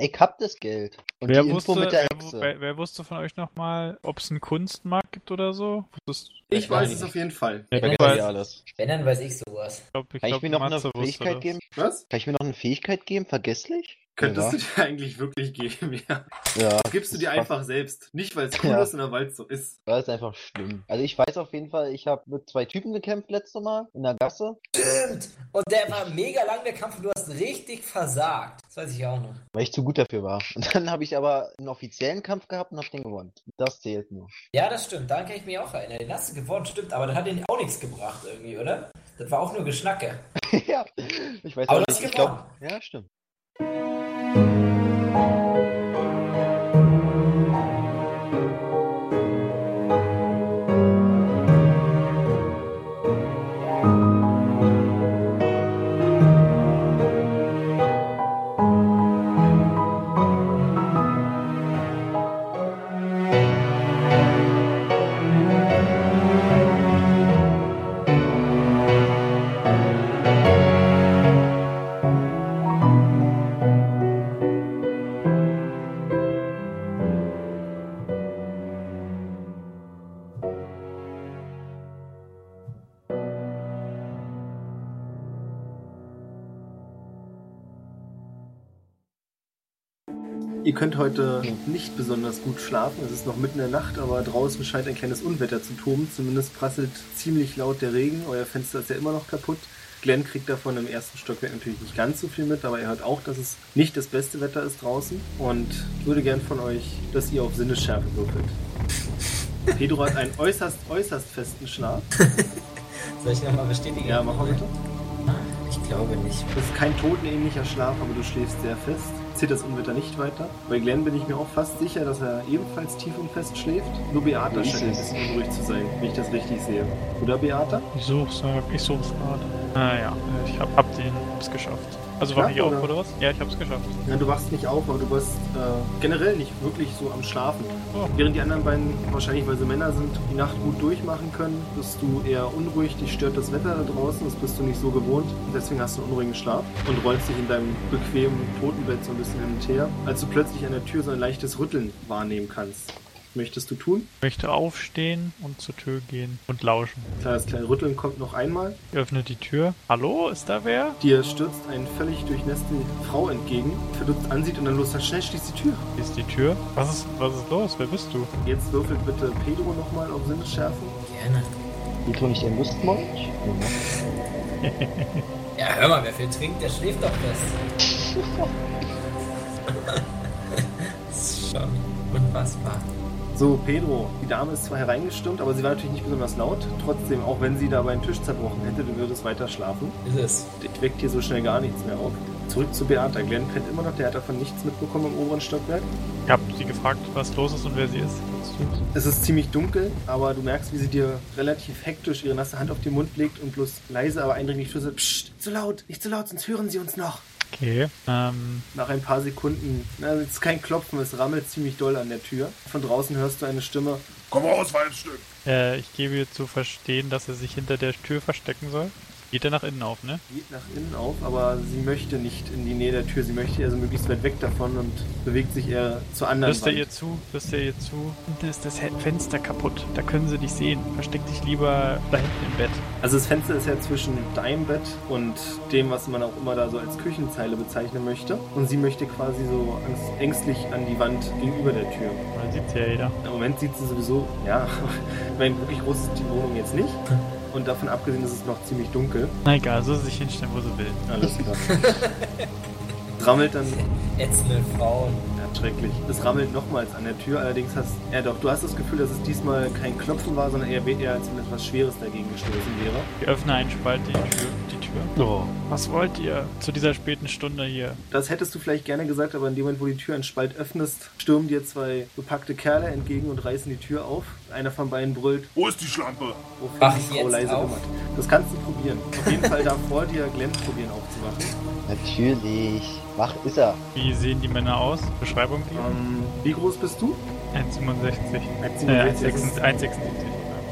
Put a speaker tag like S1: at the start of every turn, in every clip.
S1: Ich hab das Geld. Und
S2: wer,
S1: die Info
S2: wusste,
S1: mit der
S2: wer,
S1: Hexe.
S2: Wer, wer wusste von euch nochmal, ob es einen Kunstmarkt gibt oder so? Wusstest-
S3: Ich weiß
S1: nicht.
S3: es auf jeden Fall.
S2: Ja,
S1: Vergessen
S2: du
S4: genau.
S2: weißt-
S1: die alles.
S4: Wenn, dann weiß ich sowas.
S2: ich glaub, ich
S1: Kann ich
S2: glaub,
S1: mir noch eine
S2: Matze wusste
S1: Fähigkeit
S2: das.
S1: geben?
S3: Was?
S1: Kann ich mir noch eine Fähigkeit geben? Vergesslich?
S3: Könntest du dir eigentlich wirklich geben, ja.
S1: ja. ja.
S3: Gibst du
S1: das
S3: dir
S1: war-
S3: einfach selbst. Nicht, weil es cool
S1: Ja.
S3: ist, sondern weil es so ist.
S1: Das ist einfach schlimm. Also ich weiß auf jeden Fall, ich habe mit zwei Typen gekämpft letztes Mal in der Gasse.
S4: Stimmt! Und der war mega lang, der Kampf, und du hast richtig versagt. Das weiß ich auch noch.
S1: Weil ich zu gut dafür war. Und dann habe ich aber einen offiziellen Kampf gehabt und habe den gewonnen. Das zählt nur.
S4: Ja, das stimmt, daran kann ich mich auch erinnern. Den hast du gewonnen, stimmt, aber dann hat den auch nichts gebracht irgendwie, oder? Das war auch nur Geschnacke.
S1: ja, ich weiß
S4: Aber
S1: auch
S4: du hast
S1: nicht. Ich
S4: gewonnen.
S1: glaube, ja, stimmt.
S3: Ihr könnt heute nicht besonders gut schlafen. Es ist noch mitten in der Nacht, aber draußen scheint ein kleines Unwetter zu toben. Zumindest prasselt ziemlich laut der Regen. Euer Fenster ist ja immer noch kaputt. Glenn kriegt davon im ersten Stockwerk natürlich nicht ganz so viel mit, aber er hört auch, dass es nicht das beste Wetter ist draußen. Und ich würde gern von euch, dass ihr auf Sinnesschärfe würfelt. Pedro hat einen äußerst, äußerst festen Schlaf.
S4: Soll ich nochmal bestätigen?
S3: Ja, mach mal bitte.
S4: Ich glaube nicht.
S3: Das ist kein totenähnlicher Schlaf, aber du schläfst sehr fest. Zieht das Unwetter nicht weiter. Bei Glenn bin ich mir auch fast sicher, dass er ebenfalls tief und fest schläft. Nur Beata
S1: Wie ist
S3: scheint ein
S1: es?
S3: bisschen unruhig zu sein, wenn ich das richtig sehe. Oder Beata?
S2: Ich such's, äh, ich such's gerade. Naja, ich hab, hab den, hab's geschafft. Also war
S3: Ja,
S2: ich auch,
S3: oder?
S2: oder was? Ja, ich hab's geschafft.
S3: Ja, du wachst nicht auf, aber du warst äh, generell nicht wirklich so am Schlafen.
S2: Oh.
S3: Während die anderen beiden, wahrscheinlich weil sie Männer sind, die Nacht gut durchmachen können, bist du eher unruhig, dich stört das Wetter da draußen, das bist du nicht so gewohnt. Deswegen hast du einen unruhigen Schlaf und rollst dich in deinem bequemen Totenbett so ein bisschen hin und her, als du plötzlich an der Tür so ein leichtes Rütteln wahrnehmen kannst. Möchtest du tun?
S2: Ich möchte aufstehen und zur Tür gehen und lauschen.
S3: Klar, das kleine Rütteln kommt noch einmal.
S2: Ich öffne die Tür. Hallo, ist da wer?
S3: Dir stürzt eine völlig durchnässte Frau entgegen, verdutzt ansieht und dann los sagt, schnell schließt die Tür.
S2: Hier ist die Tür. Was ist, was ist los? Wer bist du?
S3: Jetzt würfelt bitte Pedro nochmal auf Sinnesschärfe.
S4: Gerne.
S1: Wie tue ich den Lustmord?
S4: Ja, hör mal, wer viel trinkt, der schläft doch fest. das ist schon unfassbar.
S3: So, Pedro, die Dame ist zwar hereingestürmt, aber sie war natürlich nicht besonders laut. Trotzdem, auch wenn sie dabei einen Tisch zerbrochen hätte, du würdest weiter schlafen.
S4: Ist es.
S3: Ich weckt dir so schnell gar nichts mehr auf. Zurück zu Beata. Glenn pennt immer noch, der hat davon nichts mitbekommen im oberen Stockwerk.
S2: Ich hab sie gefragt, was los ist und wer sie ist. Was tust du?
S3: Es ist ziemlich dunkel, aber du merkst, wie sie dir relativ hektisch ihre nasse Hand auf den Mund legt und bloß leise, aber eindringlich flüstert, Psst, zu laut, nicht zu laut, sonst hören sie uns noch.
S2: Okay. Ähm,
S3: Nach ein paar Sekunden, na, es ist kein Klopfen, es rammelt ziemlich doll an der Tür. Von draußen hörst du eine Stimme,
S5: Komm raus, Weinstück!
S2: äh, ich gebe ihr zu verstehen, dass er sich hinter der Tür verstecken soll. Geht er nach innen auf, ne?
S3: geht nach innen auf, aber sie möchte nicht in die Nähe der Tür. Sie möchte also möglichst weit weg davon und bewegt sich eher zur anderen
S2: Lüster
S3: Wand.
S2: ihr zu, lüster ihr zu. Hinten ist das He- Fenster kaputt. Da können sie dich sehen. Versteck dich lieber da hinten im Bett.
S3: Also das Fenster ist ja zwischen deinem Bett und dem, was man auch immer da so als Küchenzeile bezeichnen möchte. Und sie möchte quasi so angst- ängstlich an die Wand gegenüber der Tür.
S2: Man sieht's ja jeder.
S3: Im Moment sieht sie sowieso, ja, ich meine, wirklich groß ist die Wohnung jetzt nicht. Und davon abgesehen ist es noch ziemlich dunkel.
S2: Na egal, soll sie sich hinstellen, wo sie will.
S3: Alles klar. Es Rammelt dann
S4: Ätzende Frauen.
S3: Ja, schrecklich. Es rammelt nochmals an der Tür, allerdings hast ja doch, du hast das Gefühl, dass es diesmal kein Klopfen war, sondern eher, eher als wenn etwas Schweres dagegen gestoßen wäre.
S2: Ich öffne einen Spalt die Tür. Die Tür. Was wollt ihr zu dieser späten Stunde hier?
S3: Das hättest du vielleicht gerne gesagt, aber in dem Moment, wo die Tür einen Spalt öffnest, stürmen dir zwei bepackte Kerle entgegen und reißen die Tür auf. Einer von beiden brüllt,
S5: Wo ist die Schlampe?
S3: wofür
S4: Wach
S3: die
S4: ich
S3: Frau
S4: jetzt
S3: leise
S4: auf?
S3: gemacht. Das kannst du probieren. Auf jeden Fall darf vor dir Glenn probieren aufzuwachen.
S1: Natürlich. Wach ist er.
S2: Wie sehen die Männer aus? Beschreibung Äh, geben?
S3: Ähm, wie groß bist du?
S2: 1,67.
S3: 1,67.
S2: Äh, 1,76.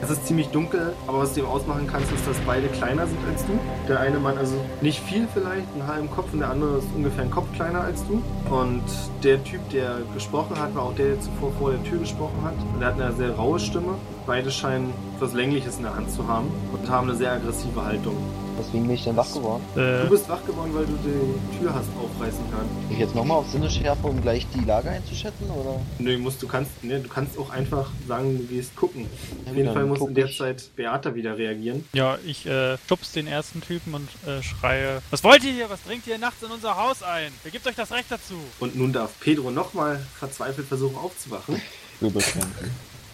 S3: Es ist ziemlich dunkel, aber was du ihm ausmachen kannst, ist, dass beide kleiner sind als du. Der eine Mann, also nicht viel vielleicht, einen halben Kopf und der andere ist ungefähr einen Kopf kleiner als du. Und der Typ, der gesprochen hat, war auch der, der zuvor vor der Tür gesprochen hat. Und der hat eine sehr raue Stimme. Beide scheinen etwas Längliches in der Hand zu haben und haben eine sehr aggressive Haltung.
S1: Deswegen bin ich dann wach geworden.
S2: Äh,
S3: Du bist wach geworden, weil du die Tür hast aufreißen können.
S1: Bin ich jetzt nochmal auf Sinnesschärfe, um gleich die Lage einzuschätzen? Oder?
S3: Nö, musst, du, kannst, ne, du kannst auch einfach sagen, du gehst gucken. Auf jeden
S1: Dann
S3: Fall muss
S1: guck
S3: in der
S1: ich.
S3: Zeit Beata wieder reagieren.
S2: ja, ich äh, schubs den ersten Typen und äh, schreie: Was wollt ihr hier? Was dringt ihr nachts in unser Haus ein? Wer gibt euch das Recht dazu?
S3: Und nun darf Pedro nochmal verzweifelt versuchen aufzuwachen.
S1: Wirbelschwänze.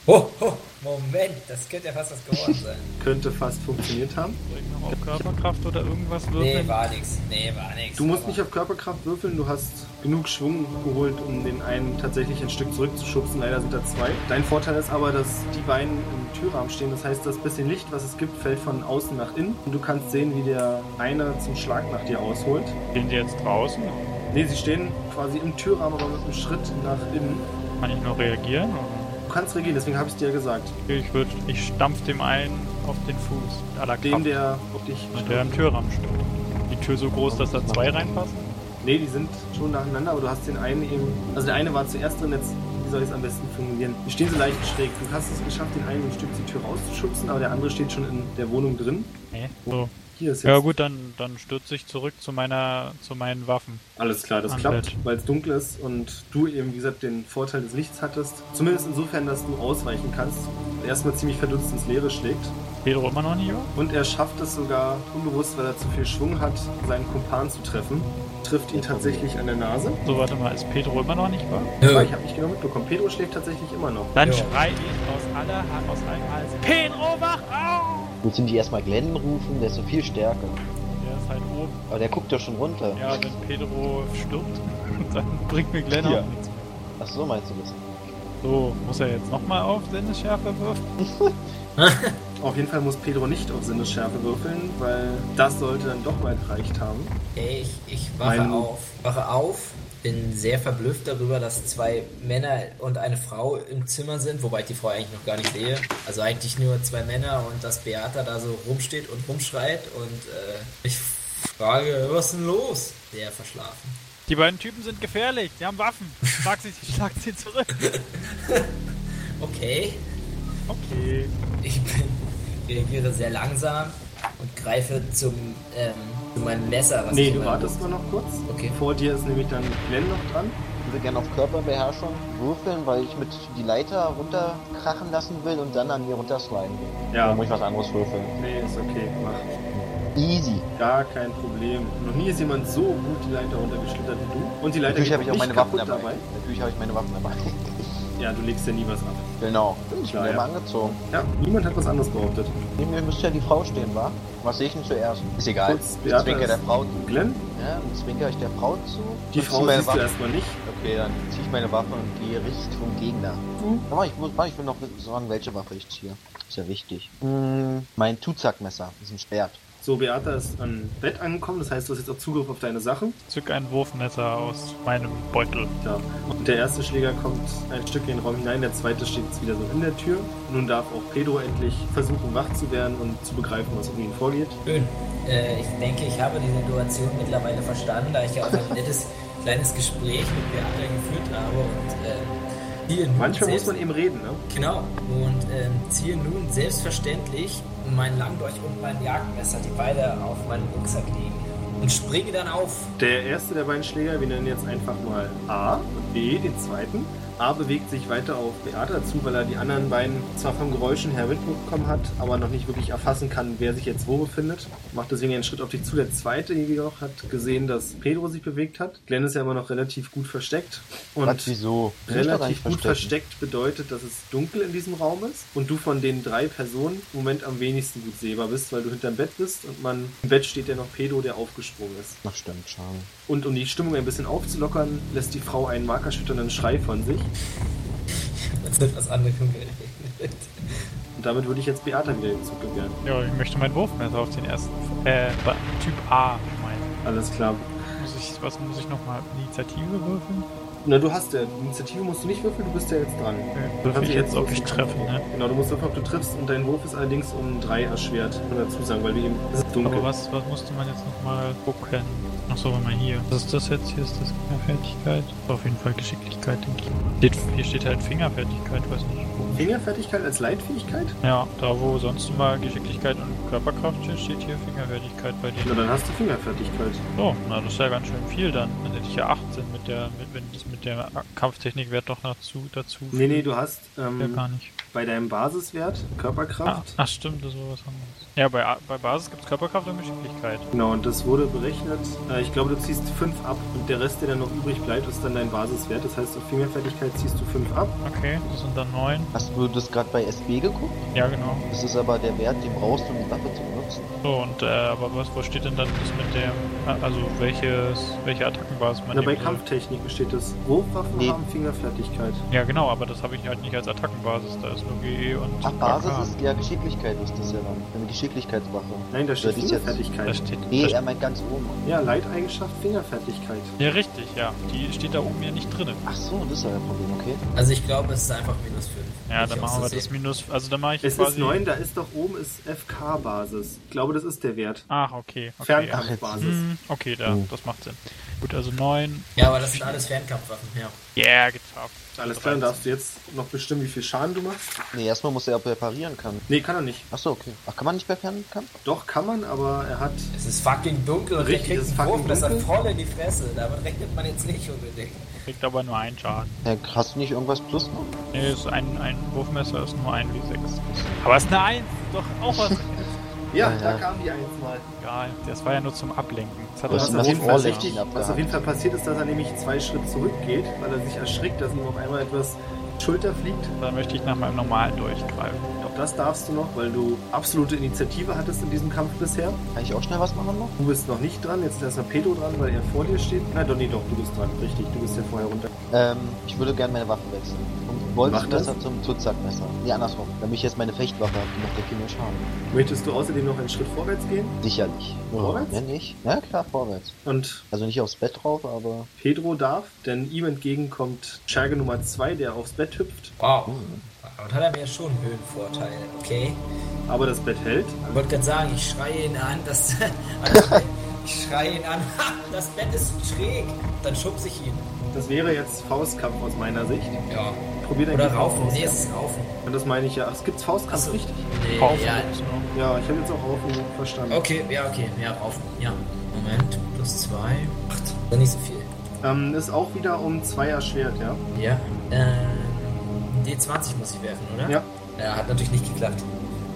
S4: Ho, ho, Moment, das könnte ja fast was geworden sein.
S3: Könnte fast funktioniert haben.
S2: Soll ich noch auf Körperkraft oder irgendwas
S4: nee,
S2: würfeln?
S4: war nix. Nee, war nix.
S3: Du musst
S4: Aber-
S3: nicht auf Körperkraft würfeln, du hast genug Schwung geholt, um den einen tatsächlich ein Stück zurückzuschubsen. Leider sind da zwei. Dein Vorteil ist aber, dass die beiden im Türrahmen stehen. Das heißt, das bisschen Licht, was es gibt, fällt von außen nach innen. Und du kannst sehen, wie der eine zum Schlag nach dir ausholt.
S2: Sind die jetzt draußen?
S3: Nee, sie stehen quasi im Türrahmen, aber mit einem Schritt nach innen.
S2: Kann ich noch reagieren?
S3: Du kannst regieren, deswegen habe ich dir ja gesagt.
S2: Ich würde, ich stampf dem einen auf den Fuß mit aller Kraft.
S3: Dem, der auf dich
S2: Und der im Türrahmen steht. Die Tür so groß, dass da zwei reinpassen?
S3: Nee, die sind schon nacheinander, aber du hast den einen eben. Also der eine war zuerst drin, jetzt, wie soll ich es am besten formulieren? Die stehen so leicht schräg. Du hast es geschafft, den einen ein Stück zur Tür rauszuschubsen, aber der andere steht schon in der Wohnung drin.
S2: Nee. So.
S3: Hier ist jetzt.
S2: Ja gut, dann, dann stürze ich zurück zu meiner zu meinen Waffen.
S3: Alles klar, das
S2: Am Bett.
S3: klappt, weil es dunkel ist und du eben, wie gesagt, den Vorteil des Lichts hattest. Zumindest insofern, dass du ausweichen kannst. Erstmal ziemlich verdutzt ins Leere schlägt.
S2: Pedro immer noch nicht wach?
S3: Und er schafft es sogar, unbewusst, weil er zu viel Schwung hat, seinen Kumpan zu treffen. Trifft ihn tatsächlich an der Nase.
S2: So, warte mal, ist Pedro immer noch nicht wach?
S3: Aber
S4: Nö.
S3: ich habe nicht genau mitbekommen. Pedro schläft tatsächlich immer noch.
S2: Dann
S4: Ja.
S2: schrei ich aus aller Ha- aus einem Hals. Pedro, wach auf!
S1: Willst du nicht erstmal Glenn rufen? Der ist so viel stärker.
S2: Der ist halt oben.
S1: Aber der guckt ja schon runter.
S2: Ja, wenn Pedro stirbt, dann bringt mir Glenn
S1: Ja.
S2: auch nichts. mehr.
S1: Ach so, meinst du das?
S2: So, muss er jetzt nochmal auf Sinnesschärfe wirfen?
S3: Auf jeden Fall muss Pedro nicht auf Sinnesschärfe würfeln, weil das sollte dann doch mal gereicht haben.
S4: Ey, Ich, ich wache
S3: Mein-
S4: auf. Wache auf. Bin sehr verblüfft darüber, dass zwei Männer und eine Frau im Zimmer sind, wobei ich die Frau eigentlich noch gar nicht sehe. Also eigentlich nur zwei Männer und dass Beata da so rumsteht und rumschreit und äh, ich frage, was ist denn los? Sehr verschlafen.
S2: Die beiden Typen sind gefährlich, die haben Waffen. Schlag sie, schlag sie zurück.
S4: Okay,
S2: Okay.
S4: ich bin, reagiere sehr langsam und greife zum ähm, zu meinem Messer. Was
S3: nee,
S4: ich in
S3: du
S4: meiner-
S3: wartest mal noch kurz.
S4: Okay.
S3: Vor dir ist nämlich dann Glenn noch dran.
S1: Ich würde gerne auf Körperbeherrschung würfeln, weil ich mit die Leiter runterkrachen lassen will und dann an mir runtersliden will. Da muss ich was anderes würfeln.
S3: Nee, ist okay, mach.
S1: Easy.
S3: Gar kein Problem. Noch nie ist jemand so gut die Leiter runtergeschlittert wie du. Und die Leiter
S1: Natürlich
S3: geht
S1: habe ich auch
S3: nicht
S1: meine Waffen
S3: kaputt
S1: dabei. Natürlich habe ich meine Waffen dabei.
S3: Ja, du legst ja nie was ab.
S1: genau. Ich bin
S3: Ja, ja.
S1: immer angezogen.
S3: Ja, niemand hat was anderes behauptet.
S1: Neben mir müsste ja die Frau stehen, wa? Was sehe ich denn zuerst? Ist egal.
S3: Kurz,
S1: Ich
S3: Beata
S1: zwinker
S3: ist-
S1: der Frau zu.
S3: Glenn,
S1: Ja, dann zwinker ich der Frau zu.
S3: die
S1: Und zieh
S3: Frau
S1: meine
S3: siehst du
S1: Waffe.
S3: erstmal nicht.
S1: Okay, dann ziehe ich meine Waffe und gehe Richtung Gegner.
S3: Hm?
S1: Aber ich, muss, ich will noch sagen, welche Waffe ich ziehe. Ist ja wichtig. Mm, mein Tuzackmesser ist ein Schwert.
S3: So, Beata ist am Bett angekommen, das heißt, du hast jetzt auch Zugriff auf deine Sachen.
S2: Zück ein Wurfmesser aus meinem Beutel.
S3: Ja. Und der erste Schläger kommt ein Stück in den Raum hinein, der zweite steht jetzt wieder so in der Tür. Nun darf auch Pedro endlich versuchen, wach zu werden und zu begreifen, was um ihn vorgeht.
S4: Schön. Äh, ich denke, ich habe die Situation mittlerweile verstanden, da ich ja auch ein nettes kleines Gespräch mit Beata geführt habe und äh, hier nun
S3: Manchmal muss
S4: selbst-
S3: man eben reden, ne?
S4: Genau. Und ähm, ziehe nun selbstverständlich meinen Langdolch und mein Jagdmesser, die beide auf meinem Rucksack liegen. Und springe dann auf.
S3: Der erste der beiden Schläger, wir nennen jetzt einfach mal A und B, den zweiten. A bewegt sich weiter auf Beata zu, weil er die anderen beiden zwar vom Geräuschen her mitbekommen hat, aber noch nicht wirklich erfassen kann, wer sich jetzt wo befindet. Macht deswegen einen Schritt auf dich zu. Der zweite jedoch hat gesehen, dass Pedro sich bewegt hat. Glenn ist ja immer noch relativ gut versteckt. Und
S1: Was, wieso? Muss ich doch gar nicht
S3: relativ gut
S1: verstecken.
S3: versteckt bedeutet, dass es dunkel in diesem Raum ist und du von den drei Personen im Moment am wenigsten gut sehbar bist, weil du hinterm Bett bist und man im Bett steht ja noch Pedro, der aufgesprungen ist.
S1: Ach stimmt, schade.
S3: Und um die Stimmung ein bisschen aufzulockern, lässt die Frau einen markerschütternden Schrei von sich.
S4: Jetzt wird was anderes geredet.
S3: Und damit würde ich jetzt Beata wieder den Zug gewähren.
S2: Ja, ich möchte mein Wurfmesser auf den ersten äh, ba- Typ A schmeißen.
S3: Alles klar.
S2: Muss ich, was muss ich nochmal? Initiative würfeln?
S3: Na, du hast ja. Initiative musst du nicht würfeln, du bist ja jetzt dran.
S2: Würfel
S3: Kannst
S2: ich
S3: du
S2: jetzt, ob ich
S3: würfeln.
S2: treffe, ne?
S3: Genau, du musst einfach, ob du triffst und dein Wurf ist allerdings um drei erschwert. Kann man dazu sagen, weil wir eben. Es ist dunkel.
S2: Aber was, was musste man jetzt nochmal gucken? Achso, war mal hier. Was ist das jetzt? Hier ist das Fingerfertigkeit. Ist auf jeden Fall Geschicklichkeit, denke ich. Steht, hier steht halt Fingerfertigkeit, weiß nicht. wo.
S3: Fingerfertigkeit als Leitfähigkeit?
S2: Ja, da wo sonst immer Geschicklichkeit und Körperkraft steht, steht hier Fingerfertigkeit bei
S3: Na,
S2: denen.
S3: dann hast du Fingerfertigkeit.
S2: So, na das ist ja ganz schön viel dann. Dann hätte ich ja 18 mit der, mit, wenn das mit der Kampftechnikwert doch dazu, dazu.
S3: Nee, nee, du hast
S2: Ja, gar
S3: ähm,
S2: nicht.
S3: bei deinem Basiswert
S2: Ah,
S3: Körperkraft.
S2: ach stimmt, das war was anderes. Ja, bei, A- bei Basis gibt's Körperkraft und Geschicklichkeit.
S3: Genau, und das wurde berechnet. Äh, ich glaube, du ziehst 5 ab und der Rest, der dann noch übrig bleibt, ist dann dein Basiswert. Das heißt, auf Fingerfertigkeit ziehst du 5 ab.
S2: Okay, das sind dann 9.
S1: Hast du das gerade bei SB geguckt?
S2: Ja, genau.
S1: Das ist aber der Wert, den brauchst du, um die Waffe zu benutzen.
S2: So, und äh, aber was, wo steht denn dann das mit der, ah, also welches, welche Attackenbasis man
S3: Na, bei
S2: nehmen soll?
S3: Kampftechnik steht das. Wurfwaffen
S1: Nee.
S3: haben Fingerfertigkeit.
S2: Ja, genau, aber das habe ich halt nicht als Attackenbasis, da ist nur GE und
S1: Ach,
S2: AK.
S1: Basis ist ja Geschicklichkeit, ist das ja dann. Eine Geschicklichkeitswaffe.
S3: Nein, da steht
S1: Ja, die ist jetzt-
S2: Da
S3: Fingerfertigkeit.
S2: steht, da
S1: Nee,
S2: steht
S1: er meint ganz oben.
S3: Ja, Leiteigenschaft Fingerfertigkeit.
S2: ja, richtig, ja. Die steht da oben ja nicht drinnen.
S1: Ach so, das ist ja ein Problem, okay.
S4: Also ich glaube, es ist einfach minus 5.
S2: Ja, dann machen wir das Minus, also dann mache ich
S3: Es
S2: quasi...
S3: ist 9, da ist doch oben ist FK-Basis. Ich glaube, das ist der Wert.
S2: Ach, okay, okay. ja.
S3: Fernkampfbasis.
S2: Hm, okay, da, das macht Sinn. Gut, also 9.
S4: Ja, aber das sind alles Fernkampfwaffen, ja.
S2: Yeah, getroffen.
S3: Alles klar, dann darfst du jetzt noch bestimmen, wie viel Schaden du machst.
S1: Nee, erstmal muss er ja reparieren können.
S3: Nee, kann er nicht.
S1: Ach so, okay. Ach, kann man nicht bei Fernkampf?
S3: Doch, kann man, aber er hat.
S4: Es ist fucking dunkel und der
S3: Richtig,
S4: kriegt
S3: es ist
S4: einen
S3: fucking
S4: Wurf, das hat
S3: dunkel.
S4: voll in die Fresse. Damit rechnet man jetzt nicht unbedingt.
S2: Kriegt aber nur einen Schaden.
S1: Ja, hast du nicht irgendwas plus noch?
S2: Nee, ist ein, ein Wurfmesser ist nur ein W6. Aber ist eine 1, doch auch was.
S3: Ja,
S1: Ja,
S3: da
S1: ja.
S3: kam die eins mal.
S2: Egal, das war ja nur zum Ablenken. Das hat
S1: Das
S2: das
S3: Was
S1: ist
S3: auf, jeden Fall
S1: Ohrläppchen
S3: richtig,
S1: abgehakt.
S3: was auf jeden Fall passiert ist, dass er nämlich zwei Schritte zurückgeht, weil er sich erschrickt, dass ihm auf einmal etwas Schulter fliegt.
S2: Dann möchte ich nach meinem normalen durchgreifen.
S3: Auch das darfst du noch, weil du absolute Initiative hattest in diesem Kampf bisher.
S1: Kann ich auch schnell was machen noch?
S3: Du bist noch nicht dran, jetzt ist erstmal Pedro dran, weil er vor dir steht. Nein, doch, nee, doch, du bist dran. Richtig, du bist ja vorher runter.
S1: Ähm, ich würde gerne meine Waffe wechseln. Vom Bolzenmesser
S3: das.
S1: zum Zuzackmesser. Nee, andersrum. Damit ich jetzt meine Fechtwaffe habe, die macht ja viel mehr Schaden.
S3: Möchtest du außerdem noch einen Schritt vorwärts gehen?
S1: Sicherlich.
S3: Vorwärts?
S1: Ja, nicht. Ja, klar, vorwärts.
S3: Und
S1: Also nicht aufs Bett drauf, aber
S3: Pedro darf, denn ihm entgegenkommt Scherge Nummer 2, der aufs Bett hüpft,
S4: Wow. Und hat er mir schon einen Höhenvorteil, okay?
S3: aber das Bett hält.
S4: Ich wollte gerade sagen, ich schreie ihn an, das. Also, ich schreie ihn an, ha, das Bett ist schräg. Dann schubse ich ihn.
S3: Das wäre jetzt Faustkampf aus meiner Sicht.
S4: Ja.
S3: Probier dein
S4: Oder
S3: Glück
S4: raufen.
S3: aus.
S4: Nee, es ist raufen.
S3: Und das meine ich ja. Es gibt Faustkampf,
S4: Achso.
S3: richtig?
S4: Nee,
S2: Kaufen
S4: ja.
S2: ist noch.
S3: Ja, ich habe jetzt auch auf verstanden.
S4: Okay, ja, okay. Ja, raufen. Ja. Moment, plus zwei. Acht. Dann nicht so viel.
S3: Ähm, ist auch wieder um zwei erschwert, ja?
S4: Ja. Ähm. D20 muss ich werfen, oder?
S3: Ja.
S4: Ja, hat natürlich nicht geklappt.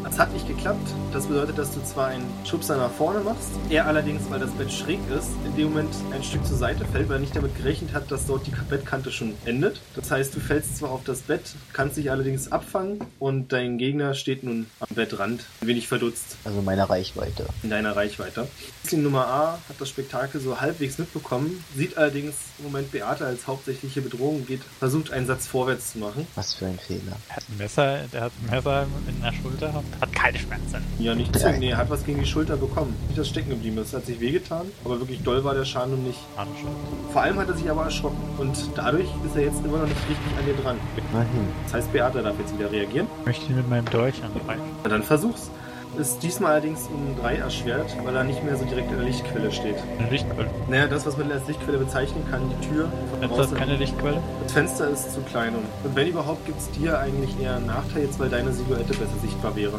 S3: Das hat nicht geklappt. Das bedeutet, dass du zwar einen Schubser nach vorne machst, er allerdings, weil das Bett schräg ist, in dem Moment ein Stück zur Seite fällt, weil er nicht damit gerechnet hat, dass dort die Bettkante schon endet. Das heißt, du fällst zwar auf das Bett, kannst dich allerdings abfangen und dein Gegner steht nun am Bettrand, ein wenig verdutzt
S1: also meine Reichweite.
S3: in deiner Reichweite. Team Nummer A hat das Spektakel so halbwegs mitbekommen, sieht allerdings im Moment Beate als hauptsächliche Bedrohung, geht, versucht einen Satz vorwärts zu machen.
S1: Was für ein Fehler.
S2: Er hat ein Messer, der hat ein Messer in der Schulter, hat keine Schmerzen.
S3: Ja, nicht zu. Nee, er hat was gegen die Schulter bekommen. Nicht das Stecken geblieben ist. Hat sich wehgetan, aber wirklich doll war der Schaden und nicht.
S2: Schade schon.
S3: Vor allem hat er sich aber erschrocken. Und dadurch ist er jetzt immer noch nicht richtig an dir dran.
S1: Na hin.
S3: Das heißt, Beata darf jetzt wieder reagieren.
S2: Ich möchte ihn mit meinem Dolch angreifen.
S3: Na dann versuch's. Ist diesmal allerdings um drei erschwert, weil er nicht mehr so direkt in der Lichtquelle steht.
S2: Eine Lichtquelle.
S3: Naja, das, was man als Lichtquelle bezeichnen kann, die Tür. von
S2: Jetzt
S3: draußen-
S2: hat keine Lichtquelle.
S3: Das Fenster ist zu klein und, und wenn überhaupt, gibt's dir eigentlich eher einen Nachteil jetzt, weil deine Silhouette besser sichtbar wäre.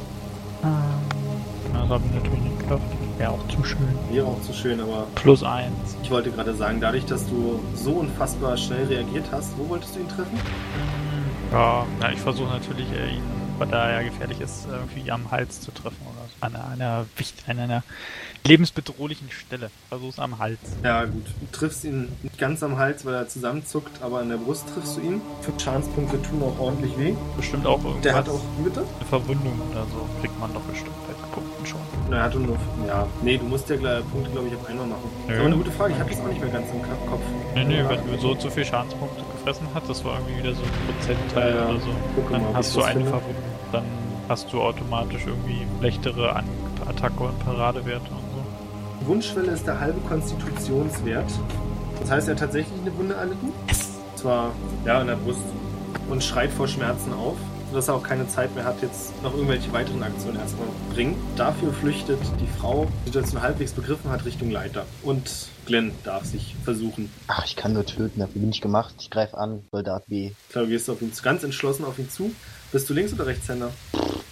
S2: Ja, Das habe ich natürlich nicht geklappt. Wäre auch zu schön.
S3: Wäre auch zu schön, aber
S2: Plus 1.
S3: ich wollte gerade sagen, dadurch, dass du so unfassbar schnell reagiert hast, wo wolltest du ihn treffen?
S2: Ja, na, ich versuche natürlich, äh, ihn, weil da er gefährlich ist, irgendwie am Hals zu treffen oder so. An einer, wicht- an einer lebensbedrohlichen Stelle. Versuch's am Hals.
S3: Ja, gut. Du triffst ihn nicht ganz am Hals, weil er zusammenzuckt, aber an der Brust triffst du ihn. Fünf Schadenspunkte tun auch ordentlich weh.
S2: Bestimmt auch irgendwas.
S3: Der hat auch, wie bitte?
S2: eine Verwundung oder so. Kriegt man doch bestimmt bei Punkten schon.
S3: Na, er hatte nur, ja. Nee, du musst ja gleich Punkte, glaube ich, auf einmal machen. Das ist aber eine gute Frage, ich habe das auch nicht mehr ganz im Kopf.
S2: Nee, nee, wenn du so und so viel Schadenspunkte gefressen hast, das war irgendwie wieder so ein Prozentteil
S3: Ja, ja.
S2: oder so.
S3: Guck
S2: Dann
S3: mal, ob ich
S2: hast du
S3: das
S2: eine
S3: finde.
S2: Verwundung. Dann hast du automatisch irgendwie schlechtere An Attacke und Paradewerte und so.
S3: Die Wundschwelle ist der halbe Konstitutionswert. Das heißt, er hat tatsächlich eine Wunde erlitten. zwar ja in der Brust und schreit vor Schmerzen auf, sodass er auch keine Zeit mehr hat, jetzt noch irgendwelche weiteren Aktionen erstmal bringen. Dafür flüchtet die Frau, die Situation halbwegs begriffen hat, Richtung Leiter. Und Glenn darf sich versuchen.
S1: Ach, ich kann nur töten, dafür bin ich gemacht. Ich greife an, Soldat B.
S3: Klar, du gehst auf ihn zu, ganz entschlossen auf ihn zu. Bist du Links- oder Rechtshänder?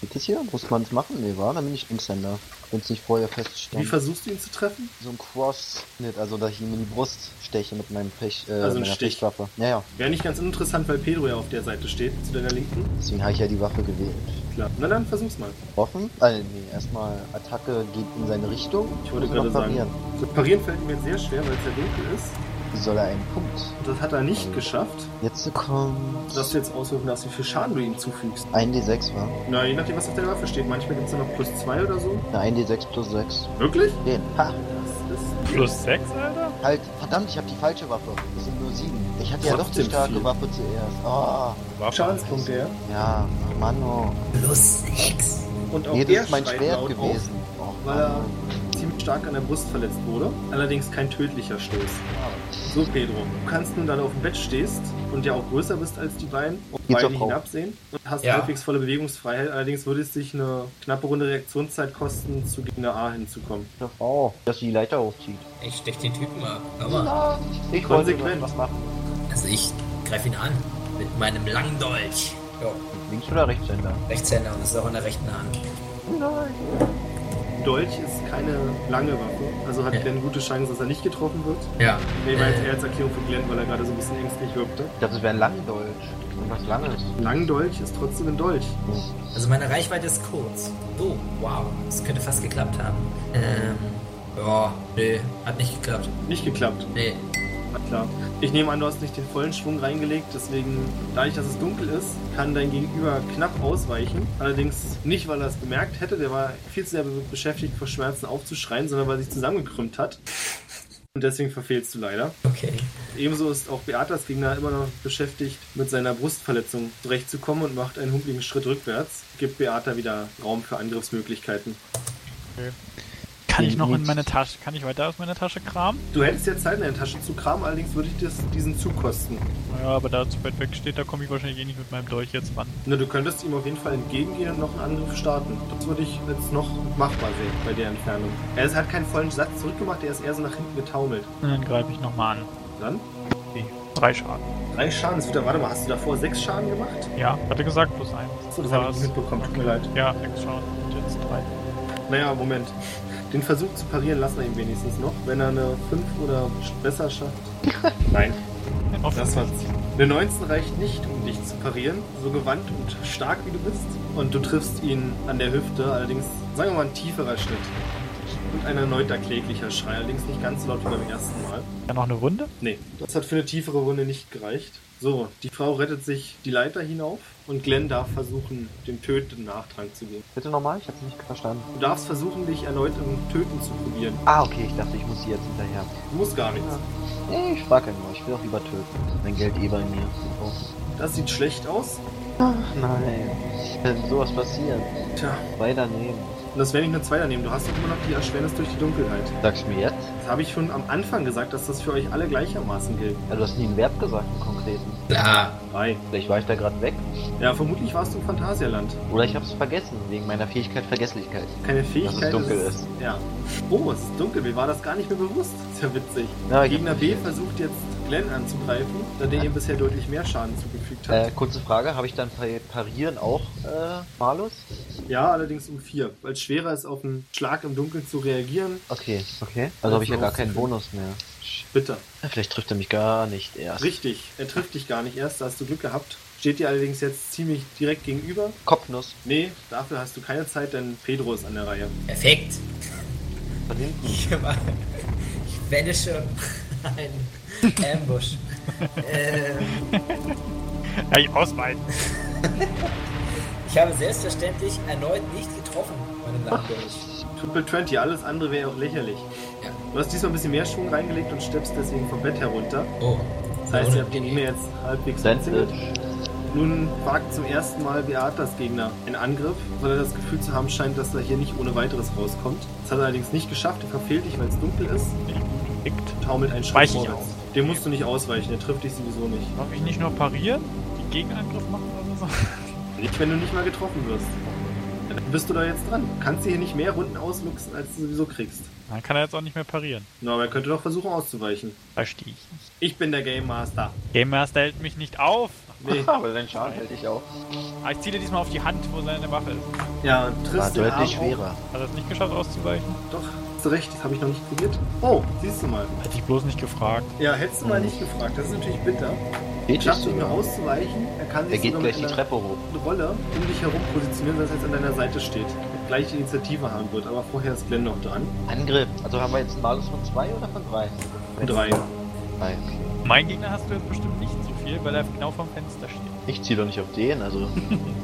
S1: Geht das hier? Muss man es machen? Nee, war, dann bin ich Linkshänder. Wenn es nicht vorher feststand.
S3: Wie versuchst du ihn zu treffen?
S1: so ein cross schnitt also dass ich ihm in die Brust steche mit meinem Pech, äh,
S3: Also ein
S1: meiner
S3: Stich.
S1: Pechwaffe. Ja, ja,
S3: Wäre nicht ganz uninteressant, weil Pedro ja auf der Seite steht, zu deiner Linken.
S1: deswegen habe ich ja die Waffe gewählt.
S3: Klar. Na dann versuch's mal.
S1: Offen? Äh, nee, erstmal Attacke geht in seine Richtung.
S3: Ich wollte
S1: Muss er
S3: gerade
S1: noch
S3: sagen.
S1: parieren.
S3: Das Parieren fällt mir jetzt sehr schwer, weil es ja dunkel ist.
S1: Soll er einen Punkt?
S3: Und das hat er nicht geschafft,
S1: Jetzt kommt
S3: sodass du jetzt auswürfen darfst, wie viel Schaden du ihm zufügst.
S1: ein D6 war.
S3: Na, je nachdem, was auf der Waffe steht. Manchmal gibt's da noch plus zwei oder so.
S1: Na, ein D6 plus 6.
S3: Wirklich?
S1: Den. Ha!
S3: Das ist
S2: Plus 6, Alter?
S1: Halt! Verdammt, ich habe die falsche Waffe. Das sind nur 7. Ich hatte ja doch die
S3: Trotzdem
S1: starke
S3: viel.
S1: Waffe zuerst. Oh.
S3: Schadenspunkte, ja.
S1: Ja, Mann, oh.
S4: Plus 6.
S3: Und auch
S1: Nee,
S3: der
S1: das ist mein
S3: schreit
S1: Schwert
S3: laut
S1: gewesen. Oh,
S3: Auf, weil er
S1: Mann.
S3: ziemlich stark an der Brust verletzt wurde. Allerdings kein tödlicher Stoß. So, Pedro, du kannst nun, da du auf dem Bett stehst und ja auch größer bist als die beiden, auf
S1: Geht's
S3: beide
S1: auch auf.
S3: hinabsehen und hast
S4: Ja.
S3: halbwegs volle Bewegungsfreiheit. Allerdings würde es dich eine knappe Runde Reaktionszeit kosten, zu Gegner A hinzukommen.
S1: Oh, dass sie die Leiter hochzieht.
S4: Ich stech den Typen ab. Aber,
S1: Ich
S3: Konsequent.
S1: was machen.
S4: also ich greife ihn an. Mit meinem langen Dolch. Jo,
S1: Links- oder Rechtshänder?
S4: Rechtshänder und ist auch in der rechten Hand.
S3: Dolch ist keine lange Waffe, also hat
S4: Ja.
S3: Glenn gute Chance, dass er nicht getroffen wird.
S4: Ja.
S3: Nee, war jetzt eher als Erklärung für Glenn, weil er gerade so ein bisschen ängstlich wirkte.
S1: Ich dachte, es wäre ein Langdeutsch. Irgendwas Langes.
S3: Ein langer Dolch ist trotzdem ein Dolch.
S4: Also meine Reichweite ist kurz. Oh, wow. Das könnte fast geklappt haben. Ähm. Ja, nö. Hat nicht geklappt.
S3: Nicht geklappt.
S4: Nee.
S3: Na klar. Ich nehme an, du hast nicht den vollen Schwung reingelegt, deswegen, dadurch, dass es dunkel ist, kann dein Gegenüber knapp ausweichen. Allerdings nicht, weil er es bemerkt hätte, der war viel zu sehr be- beschäftigt, vor Schmerzen aufzuschreien, sondern weil er sich zusammengekrümmt hat. Und deswegen verfehlst du leider.
S4: Okay.
S3: Ebenso ist auch Beatas Gegner immer noch beschäftigt, mit seiner Brustverletzung zurechtzukommen und macht einen humpligen Schritt rückwärts. Gibt Beata wieder Raum für Angriffsmöglichkeiten.
S2: Kann ich noch in
S1: Nicht.
S2: meine Tasche, kann ich weiter aus meiner Tasche kramen?
S3: Du hättest ja Zeit in deiner Tasche zu kramen, allerdings würde ich dir das- diesen Zug kosten.
S2: Ja, aber da er zu weit weg steht, da komme ich wahrscheinlich eh nicht mit meinem Dolch jetzt ran.
S3: Na, du könntest ihm auf jeden Fall entgegengehen und noch einen Angriff starten. Das würde ich jetzt noch machbar sehen bei der Entfernung. Er ist- hat keinen vollen Satz zurückgemacht, er ist eher so nach hinten getaumelt.
S2: Und dann greife ich nochmal an.
S3: Dann?
S2: Okay. Drei Schaden.
S3: Drei Schaden ist wieder. Warte mal, hast du davor sechs Schaden gemacht?
S2: Ja, hatte gesagt, plus eins.
S3: So, das habe ich
S2: War's.
S3: nicht mitbekommen, tut mir leid.
S2: Ja, sechs Schaden. Und jetzt drei.
S3: Naja, Moment. Den Versuch zu parieren lassen wir ihm wenigstens noch. Wenn er eine 5 oder besser schafft. Nein, das war's. Eine 19 reicht nicht, um dich zu parieren. So gewandt und stark wie du bist. Und du triffst ihn an der Hüfte. Allerdings, sagen wir mal, ein tieferer Schnitt. Und ein erneuter kläglicher Schrei. Allerdings nicht ganz so laut wie beim ersten Mal.
S2: Ja, noch eine Wunde?
S3: Nee, das hat für eine tiefere Runde nicht gereicht. So, die Frau rettet sich die Leiter hinauf. Und Glenn darf versuchen, dem Töten Nachtrag zu geben.
S1: Bitte nochmal? Ich hab's nicht verstanden.
S3: Du darfst versuchen, dich erneut im Töten zu probieren.
S1: Ah, okay, ich dachte, ich muss sie jetzt hinterher.
S3: Du musst gar nichts.
S1: Nee, ich frage ja nur. Ich will auch lieber töten. Mein Geld eh bei mir. Oh.
S3: Das sieht schlecht aus.
S1: Ach nein. Wenn sowas passiert.
S3: Tja,
S1: Zwei daneben.
S3: und das werde ich nur zwei daneben. Du hast doch immer noch die Erschwernis durch die Dunkelheit.
S1: Sagst du mir jetzt?
S3: Das habe ich schon am Anfang gesagt, dass das für euch alle gleichermaßen gilt.
S1: Ja, du hast nie einen Wert gesagt, einen konkreten.
S4: Klar.
S3: Drei.
S1: Vielleicht war ich da gerade weg.
S3: Ja, vermutlich warst du im Phantasialand.
S1: Oder ich hab's vergessen, wegen meiner Fähigkeit Vergesslichkeit.
S3: Keine Fähigkeit.
S1: Dass es dunkel
S3: ist- Ja. Oh, es ist dunkel. Mir war das gar nicht mehr bewusst. Ist ja witzig.
S1: Ja, Ah, ich
S3: Gegner
S1: hab-
S3: B versucht jetzt Glenn anzugreifen, da der ihm bisher deutlich mehr Schaden zugefügt hat.
S1: Äh, kurze Frage, habe ich dann bei Parieren auch äh, Malus?
S3: Ja, allerdings um vier. Weil es schwerer ist, auf einen Schlag im Dunkeln zu reagieren.
S1: Okay, okay. Also habe ich ja gar keinen Bonus mehr.
S3: Bitter.
S1: Ja, Vielleicht trifft er mich gar nicht erst.
S3: Richtig. Er trifft dich gar nicht erst. Da hast du Glück gehabt. Steht dir allerdings jetzt ziemlich direkt gegenüber.
S1: Kopfnuss.
S3: Nee, dafür hast du keine Zeit, denn Pedro ist an der Reihe.
S4: Perfekt.
S1: Von hinten.
S4: Ich mach- ich vanische einen Ambush. ähm,
S2: Ja, ich ausweiten.
S4: ich habe selbstverständlich erneut nicht getroffen, meinem Langdolch.
S3: Triple 20, alles andere wäre auch lächerlich.
S4: Ja.
S3: Du hast diesmal ein bisschen mehr Schwung reingelegt und stirbst deswegen vom Bett herunter.
S4: Oh.
S3: Das heißt, ihr habt den Gegner jetzt halbwegs umzingelt.
S1: Sandwich.
S3: Nun wagt zum ersten Mal Beatas Gegner einen Angriff, weil er das Gefühl zu haben scheint, dass er hier nicht ohne weiteres rauskommt. Das hat er allerdings nicht geschafft, er verfehlt dich, weil es dunkel ist.
S2: Ich bin genickt.
S3: Taumelt einen Schritt
S2: Weich ich
S3: vorwärts.
S2: aus.
S3: Dem musst du nicht ausweichen, der trifft dich sowieso nicht.
S2: Darf ich nicht nur parieren? Die Gegenangriff machen oder so?
S3: Nicht, wenn du nicht mal getroffen wirst. Dann bist du da jetzt dran. Kannst dir hier nicht mehr Runden ausluchsen, als du sowieso kriegst.
S2: Dann kann er jetzt auch nicht mehr parieren.
S3: Na, aber er könnte doch versuchen auszuweichen.
S2: Verstehe ich nicht.
S3: Ich bin der Game Master.
S2: Game Master hält mich nicht auf.
S3: Nee.
S1: Aber dein Schaden hält dich auch.
S2: Ah, ich ziele diesmal auf die Hand, wo seine Waffe ist.
S3: Ja, und triffst
S1: War
S3: den Arm
S1: deutlich
S3: auch.
S1: schwerer.
S2: Hat er es nicht geschafft auszuweichen?
S3: Doch, hast du recht, das habe ich noch nicht probiert. Oh, siehst du mal.
S2: Hätte ich bloß nicht gefragt.
S3: Ja, hättest du
S1: Mhm.
S3: mal nicht gefragt. Das ist natürlich bitter.
S1: Geht
S3: Schafft nicht mehr
S1: sogar.
S3: auszuweichen. Er kann
S1: Er
S3: sich
S1: geht
S3: sogar
S1: gleich
S3: mit
S1: die
S3: einer
S1: Treppe hoch.
S3: Rolle um dich herum positionieren, dass er jetzt an deiner Seite steht. Gleich Initiative haben wird, aber vorher ist Glenn noch dran.
S1: Angriff. Also haben wir jetzt ein Malus von zwei oder von drei?
S3: Drei.
S1: Drei, okay.
S2: Mein Gegner hast du jetzt bestimmt nicht so viel, weil er genau vom Fenster steht.
S1: Ich ziehe doch nicht auf den, also.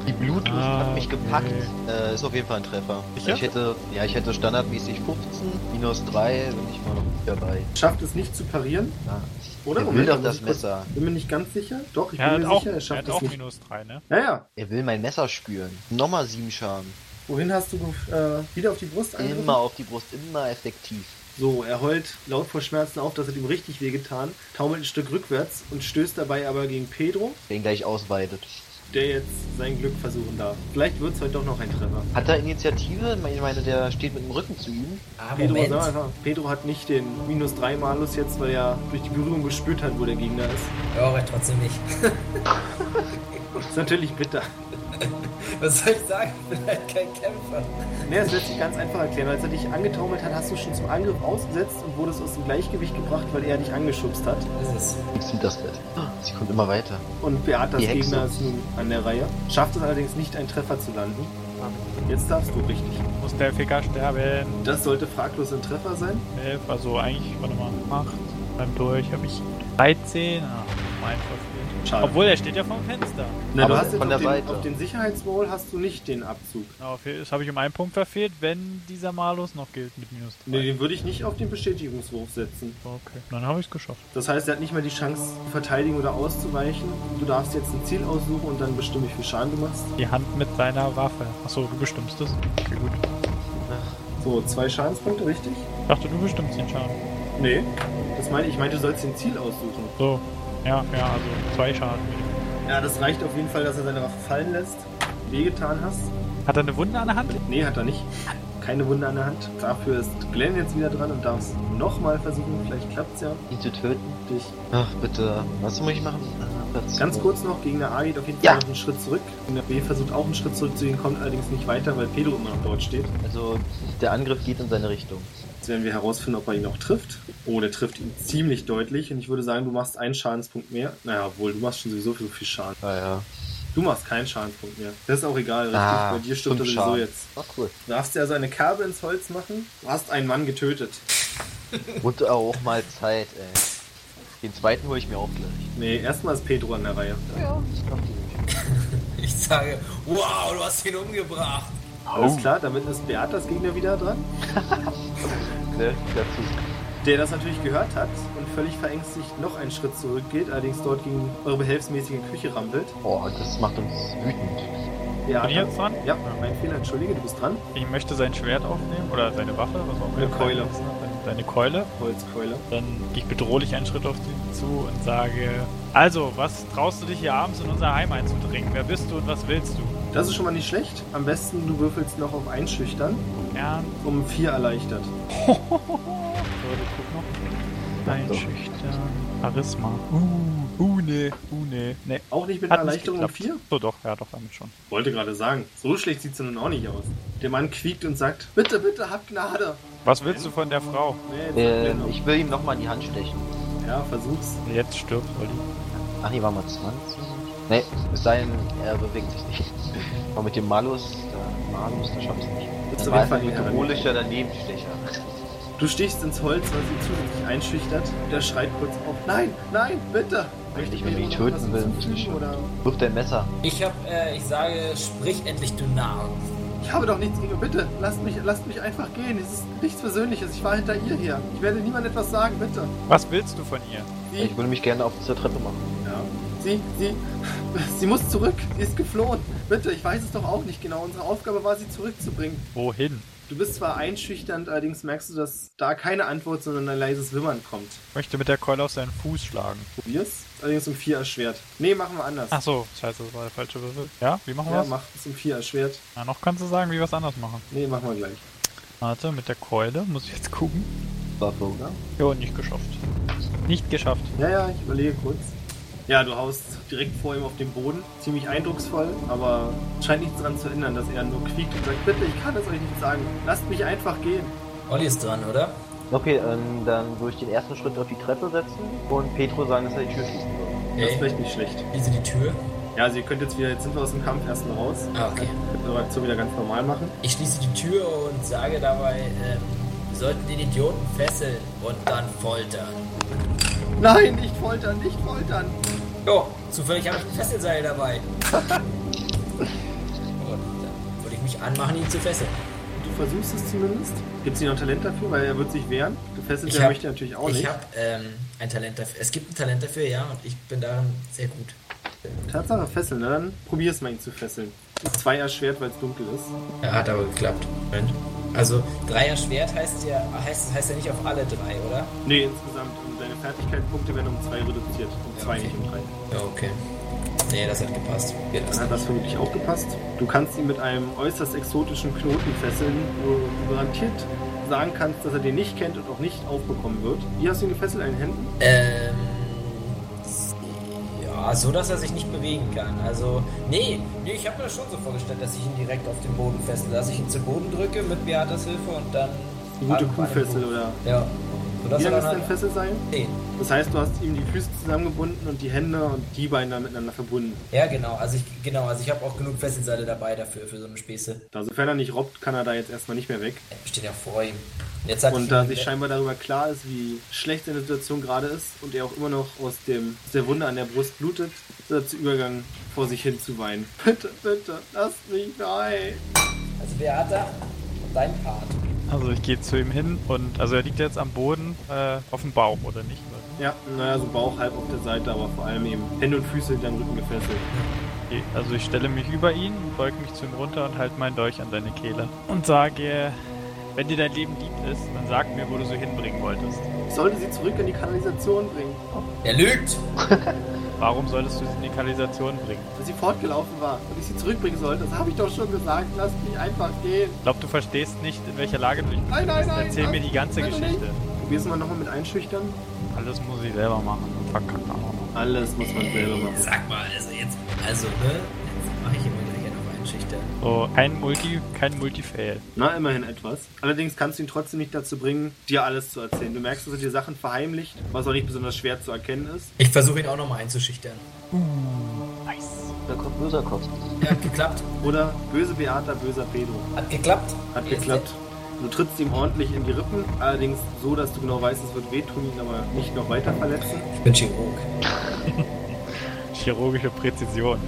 S1: Die Blutlust
S2: Ah,
S1: hat mich gepackt.
S2: nee.
S1: Äh, ist auf jeden Fall ein Treffer. Also
S2: Sicher?
S1: Ich hätte, ja, ich hätte standardmäßig 15, minus 3, bin ich mal noch gut dabei.
S3: Schafft es nicht zu parieren,
S1: Ja.
S3: oder?
S1: Er will
S3: Moment,
S1: doch
S3: muss
S1: das
S3: ich kurz-
S1: Messer.
S3: Bin mir nicht ganz sicher. Doch, ich
S2: Er
S3: bin
S2: hat
S3: mir
S2: auch,
S3: sicher, er
S2: er
S3: schafft
S2: hat
S3: es
S2: auch
S3: nicht.
S2: minus 3, ne?
S3: Ja, ja.
S1: Er will mein Messer spüren. Nochmal 7 Schaden.
S3: Wohin hast du ge- äh, wieder auf die Brust angegriffen?
S1: Immer auf die Brust, immer effektiv.
S3: So, er heult laut vor Schmerzen auf, das hat ihm richtig wehgetan, taumelt ein Stück rückwärts und stößt dabei aber gegen Pedro,
S1: Den gleich ausweitet.
S3: der jetzt sein Glück versuchen darf. Vielleicht wird es heute doch noch ein Treffer.
S1: Hat er Initiative? Ich meine, der steht mit dem Rücken zu ihm.
S4: Ah,
S3: Pedro,
S4: Moment.
S3: sag einfach, Pedro hat nicht den minus 3 Malus jetzt, weil er durch die Berührung gespürt hat, wo der Gegner ist.
S4: Ja, aber trotzdem nicht.
S3: Das ist natürlich bitter.
S4: Was soll ich sagen? Ich bin halt kein Kämpfer.
S3: Nee, das lässt sich ganz einfach erklären. Als er dich angetaumelt hat, hast du schon zum Angriff ausgesetzt und wurdest aus dem Gleichgewicht gebracht, weil er dich angeschubst hat.
S4: Das ist
S1: Ich sieht das nicht. Sie kommt immer weiter.
S3: Und Beatas
S1: Die Hexe.
S3: Gegner ist nun an der Reihe. Schafft es allerdings nicht, einen Treffer zu landen. Jetzt darfst du richtig.
S2: Muss der Ficker sterben.
S3: Das sollte fraglos ein Treffer sein.
S2: 11, also eigentlich, warte mal, 8. Beim Durch habe ich 13. Ah, mein verfehlt.
S3: Schade.
S2: Obwohl, er steht ja vom Fenster.
S3: Na,
S1: Aber
S3: du hast jetzt
S1: von der
S3: auf, den,
S1: Seite.
S3: auf den Sicherheitswall hast du nicht den Abzug.
S2: Genau, fe- das habe ich um einen Punkt verfehlt, wenn dieser Malus noch gilt mit minus 3.
S3: Nee, den würde ich nicht auf den Bestätigungswurf setzen.
S2: Okay, dann habe ich es geschafft.
S3: Das heißt, er hat nicht mehr die Chance zu verteidigen oder auszuweichen. Du darfst jetzt ein Ziel aussuchen und dann bestimme ich, wie viel Schaden du machst.
S2: Die Hand mit seiner Waffe. Achso, du bestimmst es. Okay, gut.
S3: So, zwei Schadenspunkte, richtig?
S2: Ich dachte, du bestimmst den Schaden.
S3: Nee. Das meine ich, ich meinte, du sollst ein Ziel aussuchen.
S2: So. Ja, ja, also zwei Schaden.
S3: Ja, das reicht auf jeden Fall, dass er seine Waffe fallen lässt. Wehgetan hast.
S2: Hat er eine Wunde an der Hand?
S3: Nee, hat er nicht. Keine Wunde an der Hand. Dafür ist Glenn jetzt wieder dran und darfst nochmal versuchen. Vielleicht klappt's ja.
S1: Ihn zu töten.
S3: Dich
S1: Ach, bitte. Was muss ich machen? Ah, Platz
S3: Ganz
S1: zwei.
S3: kurz noch, Gegner A geht auf jeden Fall
S1: Ja.
S3: noch einen Schritt zurück. Gegner B versucht auch einen Schritt zurückzugehen, kommt allerdings nicht weiter, weil Pedro immer noch dort steht.
S1: Also, der Angriff geht in seine Richtung.
S3: Jetzt werden wir herausfinden, ob er ihn auch trifft. Oh, der trifft ihn ziemlich deutlich und ich würde sagen, du machst einen Schadenspunkt mehr. Naja, obwohl, du machst schon sowieso so viel Schaden.
S1: Ah ja.
S3: Du machst keinen Schadenspunkt mehr. Das ist auch egal, richtig?
S1: Ah,
S3: Bei dir stimmt das
S1: fünf
S3: sowieso
S1: Schaden.
S3: jetzt.
S1: Ach cool.
S3: Du darfst dir also eine Kerbe ins Holz machen. Du hast einen Mann getötet.
S1: Und auch mal Zeit, ey. Den zweiten hole ich mir auch gleich.
S3: Nee, erstmal ist Pedro an der Reihe.
S1: Ja, ich mach die
S4: Ich sage, wow, du hast ihn umgebracht.
S3: Alles
S2: Oh.
S3: klar, damit ist Beatas Gegner wieder dran.
S1: Ne, dazu.
S3: Der das natürlich gehört hat und völlig verängstigt noch einen Schritt zurückgeht, allerdings dort gegen eure behelfsmäßige Küche rampelt.
S1: Boah, das macht uns wütend.
S3: Ja,
S2: Bin ich jetzt dran?
S3: Ja, mein Fehler, entschuldige, du bist dran.
S2: Ich möchte sein Schwert aufnehmen oder seine Waffe, was auch
S3: Eine Keule.
S2: Seine- Seine Keule.
S3: Holzkeule.
S2: Dann gehe ich bedrohlich einen Schritt auf ihn zu und sage: Also, was traust du dich hier abends in unser Heim einzudringen? Wer bist du und was willst du?
S3: Das ist schon mal nicht schlecht. Am besten, du würfelst noch auf Einschüchtern,
S2: Ja,
S3: um vier erleichtert.
S2: Leute, ich guck noch. Einschüchtern. Charisma. Uh, uh, ne, uh, ne. Ne,
S3: Auch nicht mit
S2: Hat
S3: einer
S2: nicht
S3: Erleichterung um
S2: geklappt.
S3: vier?
S2: so doch, ja, doch, damit schon.
S3: Wollte gerade sagen, so schlecht sieht's nun auch nicht aus. Der Mann quiekt und sagt, bitte, bitte, habt Gnade.
S2: Was willst du von der Frau?
S3: Nee, jetzt
S1: Ähm,
S3: Glenn
S1: ich will ihm nochmal in die Hand stechen.
S3: noch. Ja, versuch's.
S2: Jetzt stirbt Olli.
S1: Ach, hier waren wir 20. Ne, es sei denn, er bewegt sich nicht. Aber mit dem Malus, da, Malus, da schaffst du nicht.
S3: Bist
S1: Dann
S3: auf jeden
S1: war
S3: Fall
S1: ein
S3: nicht dran.
S1: bedrohlicher Danebenstecher.
S3: Du stichst ins Holz, was ihn zusätzlich einschüchtert. Der schreit kurz auf, nein, nein, bitte.
S1: Richtig,
S3: mir
S1: wenn ich
S3: jemand
S1: töten
S3: was
S1: will,
S3: hinzufügen,
S1: natürlich.
S3: Oder
S1: Wirf dein Messer.
S4: Ich hab, äh, ich sage, sprich endlich du Narr.
S3: Ich habe doch nichts gegen. Bitte, lasst mich, lasst mich einfach gehen. Es ist nichts Persönliches. Ich war hinter ihr her. Ich werde niemandem etwas sagen, bitte.
S2: Was willst du von ihr?
S3: Sie,
S1: Ich würde mich gerne auf dieser Treppe machen.
S3: ja. sie, sie, sie muss zurück. Sie ist geflohen. Bitte, ich weiß es doch auch nicht genau. Unsere Aufgabe war, sie zurückzubringen.
S2: Wohin?
S3: Du bist zwar einschüchternd, allerdings merkst du, dass da keine Antwort, sondern ein leises Wimmern kommt.
S2: Möchte mit der Keule auf seinen Fuß schlagen.
S3: Probier's. Allerdings um 4 erschwert. Nee, machen wir anders.
S2: Ach so, scheiße, das war der falsche Würfel. Ja, wie machen wir
S3: ja,
S2: das?
S3: mach es um 4 erschwert.
S2: Na, noch kannst du sagen, wie wir es anders machen.
S3: Nee, machen wir gleich.
S2: Warte, mit der Keule muss ich jetzt gucken.
S1: Waffe, oder?
S2: Jo, nicht geschafft. Nicht geschafft.
S3: Ja, ja, ich überlege kurz. Ja, du haust direkt vor ihm auf den Boden. Ziemlich eindrucksvoll, aber scheint nichts daran zu ändern, dass er nur quiekt und sagt, bitte, ich kann es euch nicht sagen. Lasst mich einfach gehen.
S4: Olli ist dran, oder?
S1: Okay, ähm, dann würde ich den ersten Schritt auf die Treppe setzen und Petro sagen, dass er die Tür schließen soll.
S3: Das ist
S4: Hey,
S3: vielleicht nicht schlecht.
S4: schließe die Tür.
S3: Ja, also ihr könnt jetzt wieder, jetzt sind wir aus dem Kampf erstmal raus.
S4: Ah, okay.
S3: Könnt eure Aktion wieder ganz normal machen.
S4: Ich schließe die Tür und sage dabei, ähm, wir sollten den Idioten fesseln und dann foltern.
S3: Nein, nicht foltern, nicht foltern.
S4: Jo, zufällig habe ich ein Fesselseil dabei. und dann würde ich mich anmachen, ihn zu fesseln.
S3: Du versuchst es zumindest. Gibt es hier noch Talent dafür, weil er wird sich wehren. Gefesselt
S4: Ich
S3: werden
S4: hab-
S3: möchte er natürlich auch
S4: ich
S3: nicht.
S4: habe ähm, ein Talent dafür. Es gibt ein Talent dafür, ja, und ich bin darin sehr gut.
S3: Tatsache fesseln, ne? dann probier es mal ihn zu fesseln. Ist zwei erschwert, weil es dunkel ist.
S4: Ja, hat aber geklappt. Moment. Also, Dreier Schwert heißt ja, heißt, heißt ja nicht auf alle drei, oder?
S3: Nee, insgesamt. Und deine Fertigkeitspunkte werden um zwei reduziert. Um
S4: Ja,
S3: zwei,
S4: okay.
S3: nicht um drei.
S4: Ja, okay. Nee, das hat gepasst. Wir
S3: Dann
S4: lassen
S3: hat das vermutlich auch gepasst. Du kannst ihn mit einem äußerst exotischen Knoten fesseln, wo du garantiert sagen kannst, dass er den nicht kennt und auch nicht aufbekommen wird. Wie hast du ihn gefesselt? Einen Händen?
S4: Ähm. Ja, so dass er sich nicht bewegen kann. Also, nee, nee, ich habe mir das schon so vorgestellt, dass ich ihn direkt auf den Boden fessel, dass ich ihn zu Boden drücke mit Beatas Hilfe und dann.
S3: Eine gute
S4: an- an den
S3: Kuhfessel,
S4: Boden.
S3: oder?
S4: Ja. So dass
S3: Wie
S4: er
S3: lange ist
S4: dann
S3: dein
S4: halt
S3: Fessel sein?
S4: Nee.
S3: Das heißt, du hast ihm die Füße zusammengebunden und die Hände und die Beine dann miteinander verbunden.
S4: Ja, genau. Also ich genau, also ich habe auch genug Fesselseile dabei dafür für so eine Späße.
S3: Da sofern Also, er nicht robbt, kann er da jetzt erstmal nicht mehr weg.
S4: Er steht ja vor ihm. Jetzt hat
S3: Und
S4: ich
S3: da
S4: ihn-
S3: sich scheinbar darüber klar ist, wie schlecht seine Situation gerade ist und er auch immer noch aus, dem, aus der Wunde an der Brust blutet, ist er zu Übergang vor sich hin zu weinen. Bitte, bitte, lasst mich frei.
S4: Also Beata, dein Part.
S2: Also ich gehe zu ihm hin und also er liegt jetzt am Boden äh, auf dem Bauch, oder nicht?
S3: Ja, naja, so Bauch halb auf der Seite, aber vor allem eben Hände und Füße hinterm Rücken gefesselt.
S2: Okay. Also ich stelle mich über ihn, beug mich zu ihm runter und halte meinen Dolch an seine Kehle. Und sage, wenn dir dein Leben lieb ist, dann sag mir, wo du sie hinbringen wolltest.
S3: Ich sollte sie zurück in die Kanalisation bringen,
S4: Er lügt!
S2: Warum solltest du sie in die Kanalisation bringen?
S3: dass sie fortgelaufen war und ich sie zurückbringen sollte. Das habe ich doch schon gesagt, lasst mich einfach gehen.
S2: Ich glaube, du verstehst nicht, in welcher Lage du dich befindest.
S3: Nein, nein, nein.
S2: Erzähl mir die ganze
S3: Bitte
S2: Geschichte.
S3: nicht. Probier's mal nochmal mit einschüchtern.
S2: Alles muss ich selber machen. und verkacken auch noch.
S3: Alles muss man selber machen.
S4: Sag mal, also jetzt. Also, ne? Jetzt mache ich immer gleich noch einen Schüchter.
S2: So, kein Multi, kein Multifail.
S3: Na, immerhin etwas. Allerdings kannst du ihn trotzdem nicht dazu bringen, dir alles zu erzählen. Du merkst, dass er dir Sachen verheimlicht, was auch nicht besonders schwer zu erkennen ist.
S4: Ich versuche ihn auch nochmal einzuschüchtern.
S2: Nice.
S1: Da kommt böser Kopf.
S4: Ja, hat geklappt.
S3: Oder böse Beata, böser Pedro.
S4: Hat geklappt.
S3: Hat
S4: Jetzt-
S3: geklappt. Du trittst ihm ordentlich in die Rippen, allerdings so, dass du genau weißt, es wird wehtun, ihn aber nicht noch weiter verletzen.
S4: Ich bin Chirurg.
S2: Chirurgische Präzision.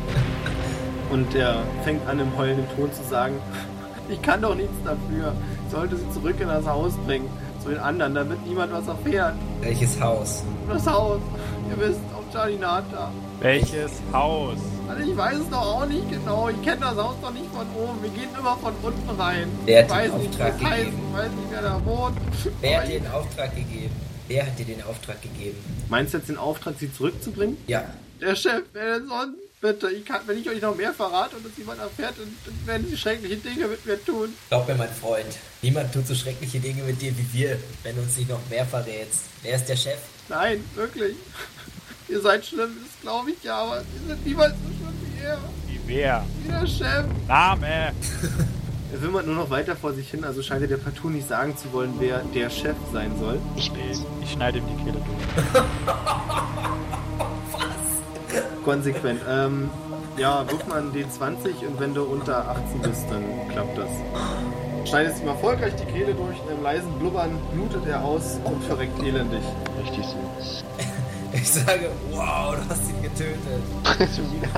S3: Und er fängt an, im heulenden Ton zu sagen, ich kann doch nichts dafür. Ich sollte sie zurück in das Haus bringen, zu den anderen, damit niemand was erfährt.
S4: Welches Haus?
S3: Das Haus, ihr wisst, auf Giardinata.
S2: Welches Haus?
S3: Also ich weiß es doch auch nicht genau. Ich kenne das Haus doch nicht von oben. Wir gehen immer von unten rein.
S4: Wer hat
S3: ich weiß
S4: den
S3: nicht,
S4: Auftrag
S3: was heißt,
S4: gegeben?
S3: ich weiß nicht, wer da wohnt.
S4: Wer hat dir den Auftrag gegeben? Wer hat dir den Auftrag gegeben?
S3: Meinst du jetzt den Auftrag, sie zurückzubringen?
S4: Ja.
S3: Der Chef, wer denn sonst? Bitte, ich kann, wenn ich euch noch mehr verrate und das jemand erfährt, dann, dann werden sie schreckliche Dinge mit mir tun.
S4: Glaub mir, mein Freund. Niemand tut so schreckliche Dinge mit dir wie wir, wenn du uns nicht noch mehr verrätst. Wer ist der Chef?
S3: Nein, wirklich. Ihr seid schlimm, das glaube ich ja, aber ihr seid niemals so schlimm wie er.
S2: Wie wer?
S3: Wie der Chef.
S2: Name!
S3: Er wimmert nur noch weiter vor sich hin, also scheint er der partout nicht sagen zu wollen, wer der Chef sein soll.
S1: Ich
S2: Nee,
S1: bin's.
S2: ich schneide ihm die Kehle durch.
S3: Konsequent. Ähm, ja, wirf mal einen D20 und wenn du unter 18 bist, dann klappt das. Schneidest ihm erfolgreich die Kehle durch, in einem leisen Blubbern blutet er aus und verreckt elendig.
S1: Richtig so.
S4: Ich sage, wow, du hast ihn getötet.
S1: Schon wieder.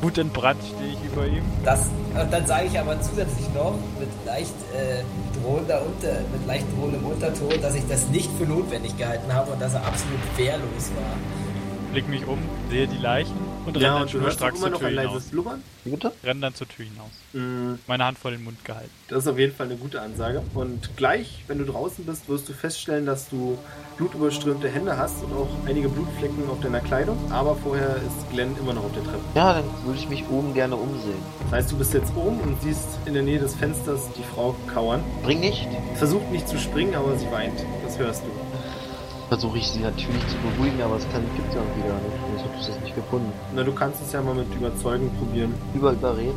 S2: Gut in Brand stehe ich über ihm.
S4: Das, und dann sage ich aber zusätzlich noch mit leicht äh, drohender Unter, mit leicht drohendem Unterton, dass ich das nicht für notwendig gehalten habe und dass er absolut wehrlos war.
S2: Blick mich um, sehe die Leichen Und renn
S3: Ja,
S2: dann
S3: und du
S2: schnurstracks
S3: hörst auch
S2: zur
S3: immer noch
S2: Tür
S3: ein
S2: hinaus.
S3: leises Blubbern.
S1: Wie bitte?
S2: Renn dann zur Tür hinaus.
S3: Mm,
S2: Meine Hand vor den Mund gehalten.
S3: Das ist auf jeden Fall eine gute Ansage. Und gleich, wenn du draußen bist, wirst du feststellen, dass du blutüberströmte Hände hast und auch einige Blutflecken auf deiner Kleidung. Aber vorher ist Glenn immer noch auf der Treppe.
S1: Ja, dann würde ich mich oben gerne umsehen.
S3: Das heißt, du bist jetzt oben und siehst in der Nähe des Fensters die Frau kauern.
S1: Bring nicht.
S3: Versucht nicht zu springen, aber sie weint. Das hörst du.
S1: Versuche ich sie natürlich zu beruhigen, aber es kann gibt's ja irgendwie gar nicht. Also, Ich habe das nicht gefunden.
S3: Na, du kannst es ja mal mit Überzeugen probieren.
S1: Über überreden.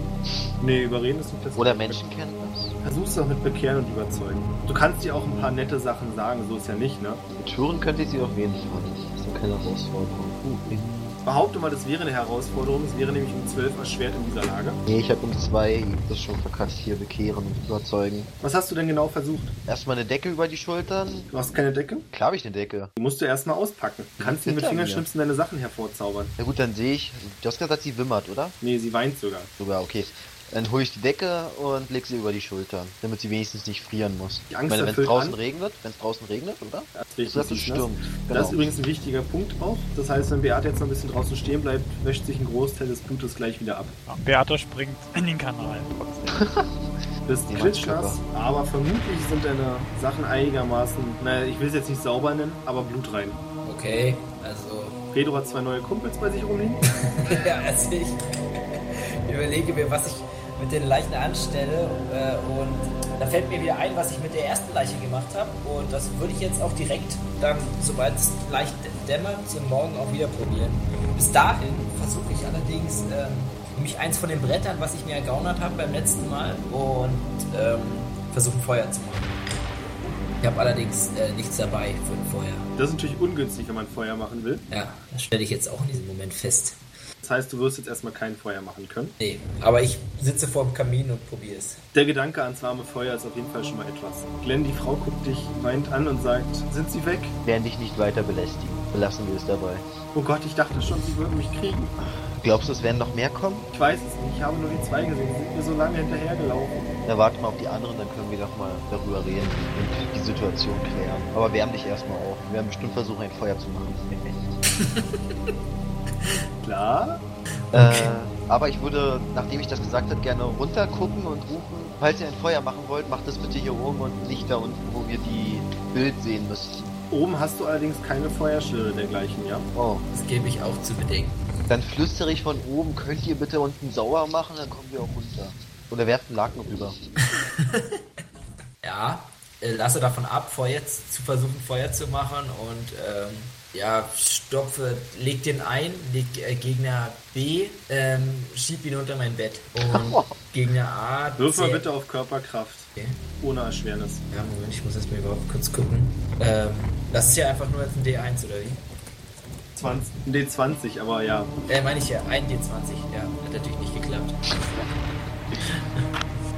S3: Nee, überreden ist nicht das.
S1: Oder Menschenkenntnis.
S3: Versuch's doch mit Bekehren und Überzeugen. Du kannst dir auch ein paar nette Sachen sagen, so ist ja nicht, ne?
S1: Mit Hören könnte ich sie auf jeden Fall nicht. Das ist doch keine Herausforderung. Uh,
S3: Behaupte mal, das wäre eine Herausforderung. Es wäre nämlich um 12 erschwert in dieser Lage.
S1: nee, ich habe um zwei das schon verkackt. Hier bekehren und überzeugen.
S3: Was hast du denn genau versucht?
S1: Erstmal eine Decke über die Schultern.
S3: Du hast keine Decke?
S1: Klar habe ich eine Decke.
S3: Die musst du erstmal auspacken. Du kannst dir mit
S1: Ja,
S3: Fingerschnipsen deine Sachen hervorzaubern.
S1: Na gut, dann sehe ich. Jessica sagt, sie wimmert, oder?
S3: Nee, sie weint sogar.
S1: Sogar, okay. Dann hole ich die Decke und leg sie über die Schultern, damit sie wenigstens nicht frieren muss.
S3: Die Angst
S1: ich meine, wenn es
S3: erfüllt
S1: draußen
S3: an.
S1: regnet, wenn es draußen regnet, oder?
S3: Das ist
S1: Das ist
S3: ne?
S1: stimmt. Genau.
S3: Das ist übrigens ein wichtiger Punkt auch. Das heißt, wenn Beate jetzt noch ein bisschen draußen stehen bleibt, wäscht sich ein Großteil des Blutes gleich wieder ab.
S2: Ja, Beata springt in den Kanal. Trotzdem.
S3: Du bist
S1: Die
S3: klitschnass, aber vermutlich sind deine Sachen einigermaßen, naja, ich will es jetzt nicht sauber nennen, aber blutrein.
S4: Okay, also.
S3: Pedro hat zwei neue Kumpels bei sich rumliegen.
S4: Ja, also ich überlege mir, was ich mit den Leichen anstelle äh, und da fällt mir wieder ein, was ich mit der ersten Leiche gemacht habe und das würde ich jetzt auch direkt dann, sobald es leicht dämmert, zum Morgen auch wieder probieren. Bis dahin versuche ich allerdings ähm, mich eins von den Brettern, was ich mir ergaunert habe beim letzten Mal und ähm, versuche ein Feuer zu machen. Ich habe allerdings äh, nichts dabei für ein Feuer.
S3: Das ist natürlich ungünstig, wenn man Feuer machen will.
S4: Ja, das stelle ich jetzt auch in diesem Moment fest.
S3: Das heißt, du wirst jetzt erstmal kein Feuer machen können.
S4: Nee, aber ich sitze vor dem Kamin und probiere es.
S3: Der Gedanke ans warme Feuer ist auf jeden Fall schon mal etwas. Glenn, die Frau guckt dich weint an und sagt, sind sie weg?
S1: Werden dich nicht weiter belästigen. Belassen wir es dabei.
S3: Oh Gott, ich dachte schon, sie würden mich kriegen.
S1: Glaubst du, es werden noch mehr kommen?
S3: Ich weiß es nicht, ich habe nur die zwei gesehen, die sind mir so lange hinterhergelaufen.
S1: Na, warte mal auf die anderen, dann können wir doch mal darüber reden und die Situation klären. Aber wärm dich erstmal auf. Wir werden bestimmt versuchen, ein Feuer zu machen.
S3: Klar,
S1: äh, aber ich würde, nachdem ich das gesagt habe, gerne runtergucken und rufen. Falls ihr ein Feuer machen wollt, macht es bitte hier oben und nicht da unten, wo wir die Bild sehen müssen.
S3: oben hast du allerdings keine Feuerschilde dergleichen, ja?
S1: Oh.
S4: Das gebe ich auch zu bedenken.
S1: Dann flüstere ich von oben, könnt ihr bitte unten sauer machen, dann kommen wir auch runter. Oder werft einen Laken rüber.
S4: Ja, äh, lasse davon ab, Feuer z- zu versuchen, Feuer zu machen und ähm, ja, stopfe, leg den ein, leg äh, Gegner B, ähm, schieb ihn unter mein Bett und Gegner A.
S3: Wirf mal
S4: zäh-
S3: bitte auf Körperkraft,
S4: Okay.
S3: ohne Erschwernis.
S4: Ja, Moment, ich muss erst mal überhaupt kurz gucken. Ähm, das ist ja einfach nur jetzt ein D1 oder wie?
S3: 20. D20, aber ja.
S4: Äh, meine ich ja, ein D20. Ja, hat natürlich nicht geklappt.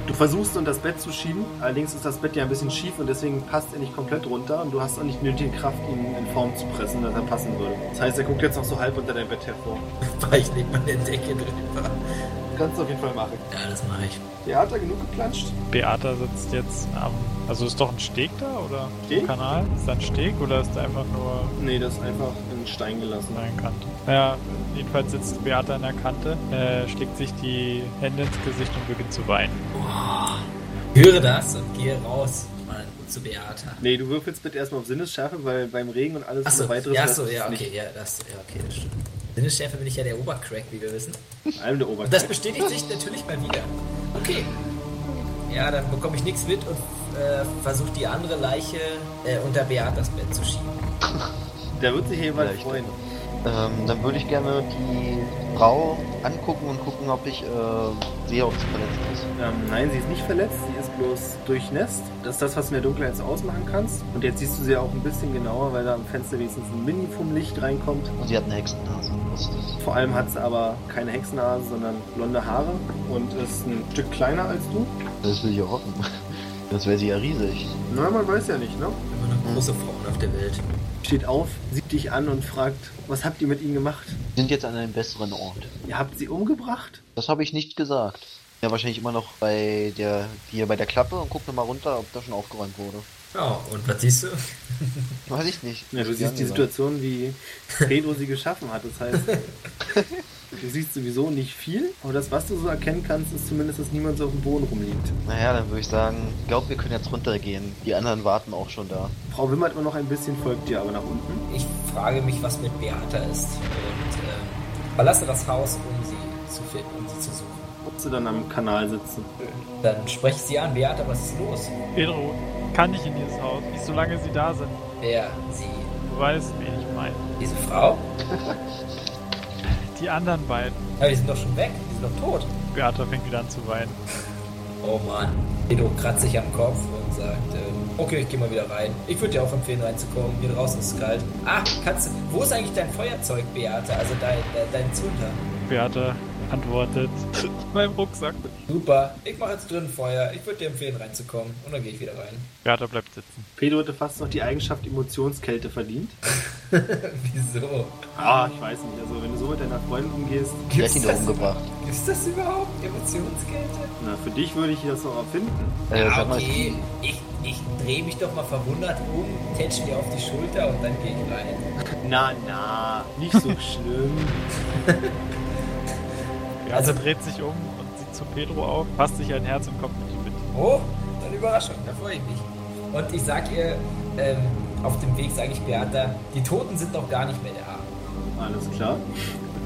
S3: Du versuchst, unter das Bett zu schieben, allerdings ist das Bett ja ein bisschen schief und deswegen passt er nicht komplett runter und du hast auch nicht nötige Kraft, ihn in Form zu pressen, dass er passen würde. Das heißt, er guckt jetzt noch so halb unter dein Bett hervor.
S4: Weil ich leg meine Decke drüber.
S3: Kannst du auf jeden Fall machen.
S4: Ja, das mache ich.
S3: Der hat da genug geplanscht.
S2: Beata sitzt jetzt am. Also ist doch ein Steg da oder
S3: Steg?
S2: Im Kanal? Ist da ein Steg oder ist da einfach nur
S3: Nee, das ist einfach in Stein gelassen.
S2: eine Kante? Naja, jedenfalls sitzt Beata an der Kante, äh, schlägt sich die Hände ins Gesicht und beginnt zu weinen.
S4: Höre das und gehe raus. Mal zu Beata.
S3: Nee, du wirf jetzt bitte erstmal auf Sinnesschärfe, weil beim Regen und alles
S4: Achso,
S3: und weiteres
S4: ja,
S3: lässt
S4: so,
S3: es
S4: ja,
S3: nicht.
S4: okay, ja, das, ja, okay, das stimmt. Sinnesschärfe bin ich ja der Obercrack, wie wir wissen.
S3: Vor allem der Oberkörper.
S4: Das bestätigt sich natürlich mal wieder. Okay. Ja, dann bekomme ich nichts mit und äh, versuche die andere Leiche äh, unter Beatas Bett zu schieben.
S3: Der wird sich jeweils
S1: Vielleicht.
S3: freuen.
S1: Ähm, dann würde ich gerne die Frau angucken und gucken, ob ich äh, sehe, ob sie verletzt ist.
S3: Ähm, nein, sie ist nicht verletzt, sie ist bloß durchnässt. Das ist das, was du in der Dunkelheit so ausmachen kannst. Und jetzt siehst du sie auch ein bisschen genauer, weil da am Fenster wenigstens ein Mini vom Licht reinkommt.
S1: Und sie hat eine Hexennase. Was ist das?
S3: Vor allem hat sie aber keine Hexennase, sondern blonde Haare und ist ein Stück kleiner als du.
S1: Das will ich ja hoffen. Das wäre sie ja riesig.
S3: Na, man weiß ja nicht, ne?
S4: Immer noch große Frauen auf der Welt.
S3: Steht auf, sieht dich an und fragt, was habt ihr mit ihnen gemacht?
S1: Wir sind jetzt an einem besseren Ort.
S3: Ihr habt sie umgebracht?
S1: Das habe ich nicht gesagt. Ja, wahrscheinlich immer noch bei der hier bei der Klappe und guck noch mal runter, ob da schon aufgeräumt wurde.
S4: Ja, und was siehst du?
S1: Weiß ich nicht.
S3: Ja, du
S1: Ist
S3: siehst die
S1: angesagt.
S3: Situation, wie Pedro sie geschaffen hat. Das heißt, Du siehst sowieso nicht viel, aber das, was du so erkennen kannst, ist zumindest, dass niemand so auf dem Boden rumliegt.
S1: Naja, dann würde ich sagen, ich glaube, wir können jetzt runtergehen. Die anderen warten auch schon da.
S3: Frau Wimmert immer noch ein bisschen folgt dir aber nach unten.
S4: Ich frage mich, was mit Beata ist und ähm, verlasse das Haus, um sie zu finden, um sie zu suchen.
S3: Ob sie dann am Kanal sitzen.
S4: Dann spreche ich sie an. Beata, was ist los?
S2: Pedro, kann nicht in dieses Haus, nicht solange sie da sind.
S4: Wer? Sie?
S2: Du weißt, wen ich meine.
S4: Diese Frau?
S2: Die anderen beiden.
S4: Aber die sind doch schon weg. Die sind doch tot.
S2: Beata fängt wieder an zu weinen.
S4: Oh Mann. Edo kratzt sich am Kopf und sagt, ähm, okay, ich gehe mal wieder rein. Ich würde dir auch empfehlen, reinzukommen. Hier draußen ist es kalt. Ah, kannst du, wo ist eigentlich dein Feuerzeug, Beate? Also dein, dein, dein Zünder.
S2: Beata antwortet, meinem Rucksack.
S4: Super. Ich mache jetzt drinnen Feuer. Ich würde dir empfehlen, reinzukommen. Und dann gehe ich wieder rein.
S2: Beata bleibt sitzen.
S3: Pedro hätte fast noch die Eigenschaft Emotionskälte verdient.
S4: Wieso?
S3: Ah, ich weiß nicht. Also, wenn du so mit deiner Freundin umgehst,
S1: Die hat ihn da
S4: das,
S1: umgebracht.
S4: gibt's das überhaupt? Emotionskälte?
S3: na, für dich würde ich das noch erfinden.
S1: Äh,
S4: Ja,
S1: sag mal,
S4: okay. Ich, ich drehe mich doch mal verwundert um, tätsch dir auf die Schulter und dann gehe ich rein.
S3: Na, na, nicht so schlimm.
S2: Beata
S4: Also-
S2: dreht sich um und sieht zu Pedro auf, fasst sich ein Herz und kommt mit ihm mit.
S4: Oh, eine Überraschung, da freue ich mich. Und ich sag ihr, ähm, auf dem Weg sage ich Beata, die Toten sind doch gar nicht mehr da.
S3: Alles klar.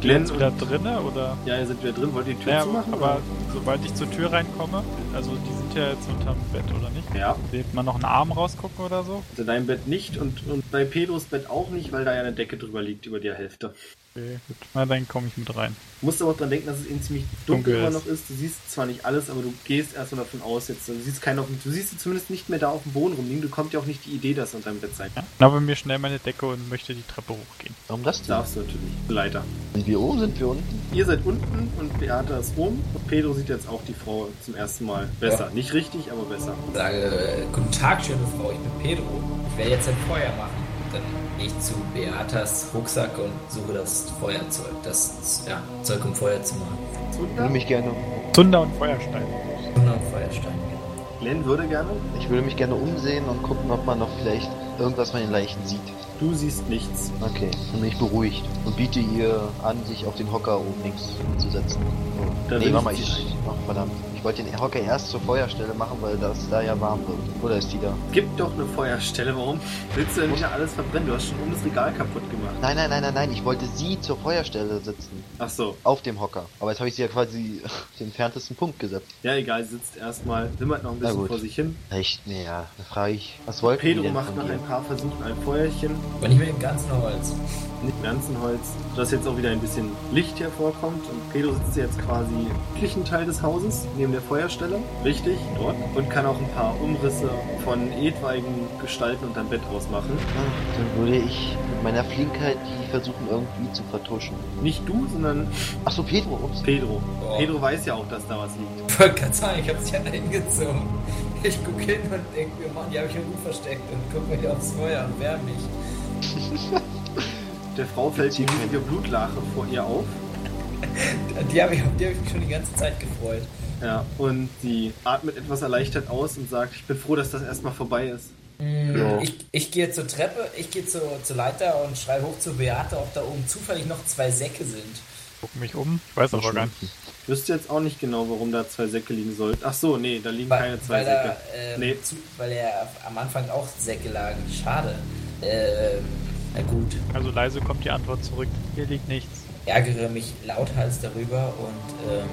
S2: Glenn
S3: Glenn
S2: ist wieder
S3: und.
S2: drinne oder?
S3: Ja, ihr seid wieder drin. Wollt ihr die Tür
S2: Naja,
S3: zumachen?
S2: aber sobald ich zur Tür reinkomme, also die sind ja jetzt unterm Bett oder nicht?
S3: oder? Ja.
S2: Wird man noch einen Arm rausgucken oder so?
S3: Also dein Bett nicht und, und bei Pedros Bett auch nicht, weil da ja eine Decke drüber liegt, über die Hälfte.
S2: Okay, gut. Na, dann komme ich mit rein.
S3: Du musst aber auch dran denken, dass es eben ziemlich
S2: Dunkel
S3: dunkel, immer
S2: ist.
S3: noch ist. Du siehst zwar nicht alles, aber du gehst erstmal davon aus jetzt. Du siehst keinen auf dem, du siehst sie zumindest nicht mehr da auf dem Boden rumliegen. Du kommst ja auch nicht die Idee, dass sie unter deinem Bett sein.
S2: Ja. Nappe mir schnell meine Decke und möchte die Treppe hochgehen.
S1: warum das denn?
S3: Darfst du natürlich. Leiter.
S1: Sind wir oben, sind wir unten?
S3: Ihr seid unten und Beata ist oben. Und Pedro sieht jetzt auch die Frau zum ersten Mal. Besser. Nicht richtig, aber besser.
S4: Ich sage, äh, guten Tag, schöne Frau, ich bin Pedro. Ich werde jetzt ein Feuer machen. Und Dann gehe ich zu Beatas Rucksack und suche das Feuerzeug, das ja, Zeug, um Feuer zu machen.
S1: Ich würde mich gerne,
S2: Zunder und Feuerstein.
S4: Und dann Feuerstein. genau.
S3: Glenn würde gerne.
S1: ich würde mich gerne umsehen und gucken, ob man noch vielleicht irgendwas von den Leichen sieht.
S3: Du siehst nichts.
S1: Okay, dann bin ich beruhigt und biete ihr an, sich auf den Hocker oben links zu setzen. So.
S3: Da
S1: nee,
S3: bin
S1: warte mal,
S3: ich-
S1: ich. Ach, verdammt. Ich wollte den Hocker erst zur Feuerstelle machen, weil das da ja warm wird. Oder ist die da?
S3: Gib doch eine Feuerstelle. Warum willst du denn wieder alles verbrennen? Du hast schon um das Regal kaputt gemacht.
S1: Nein, nein, nein, nein, nein. Ich wollte sie zur Feuerstelle setzen.
S3: Ach so.
S1: Auf dem Hocker. Aber jetzt habe ich sie ja quasi auf den entferntesten Punkt gesetzt.
S3: Ja, egal. Sie sitzt erstmal. Wimmert noch ein
S1: Na
S3: bisschen
S1: gut.
S3: vor sich hin.
S1: Echt? Naja, da frage ich. Was wollten die
S3: Pedro
S1: denn
S3: macht
S1: von
S3: nach
S1: dir?
S3: ein paar Versuchen ein Feuerchen.
S4: Und ich mit dem ganzen Holz.
S3: nicht mehr ganzen Holz, dass jetzt auch wieder ein bisschen Licht hervorkommt. Und Pedro sitzt jetzt quasi im Küchenteil des Hauses, neben der Feuerstelle, richtig, dort, und kann auch ein paar Umrisse von etwaigen Gestalten unterm Bett ausmachen.
S1: Ah, Dann würde ich mit meiner Flinkheit die versuchen irgendwie zu vertuschen.
S3: Nicht du, sondern
S1: Achso, Pedro, ups.
S3: Pedro.
S4: Oh.
S3: Pedro weiß ja auch, dass da was liegt.
S4: Ich wollte gerade sagen, ich habe es ja eingezogen. Ich gucke hin und denke mir, Mann, die habe ich ja gut versteckt und gucke mir hier aufs Feuer und wärme mich.
S3: Der Frau fällt die riesige Blutlache vor ihr auf.
S4: Die habe ich, auf die hab ich mich schon die ganze Zeit gefreut.
S3: Ja, und sie atmet etwas erleichtert aus und sagt, ich bin froh, dass das erstmal vorbei ist.
S1: Ja.
S4: Ich, ich gehe zur Treppe, ich gehe zur, zur Leiter und schreie hoch zu Beate, ob da oben zufällig noch zwei Säcke sind.
S2: Guck mich um. Ich weiß aber gar nicht.
S3: Ich wüsste jetzt auch nicht genau, warum da zwei Säcke liegen sollten. Ach so, nee, da liegen keine zwei
S4: weil
S3: Säcke.
S4: Er, ähm,
S3: Nee.
S4: zu, weil er am Anfang auch Säcke lagen. Schade. Ähm, na gut.
S2: Also leise kommt die Antwort zurück. Hier liegt nichts.
S4: ärgere mich lauthals darüber und ähm,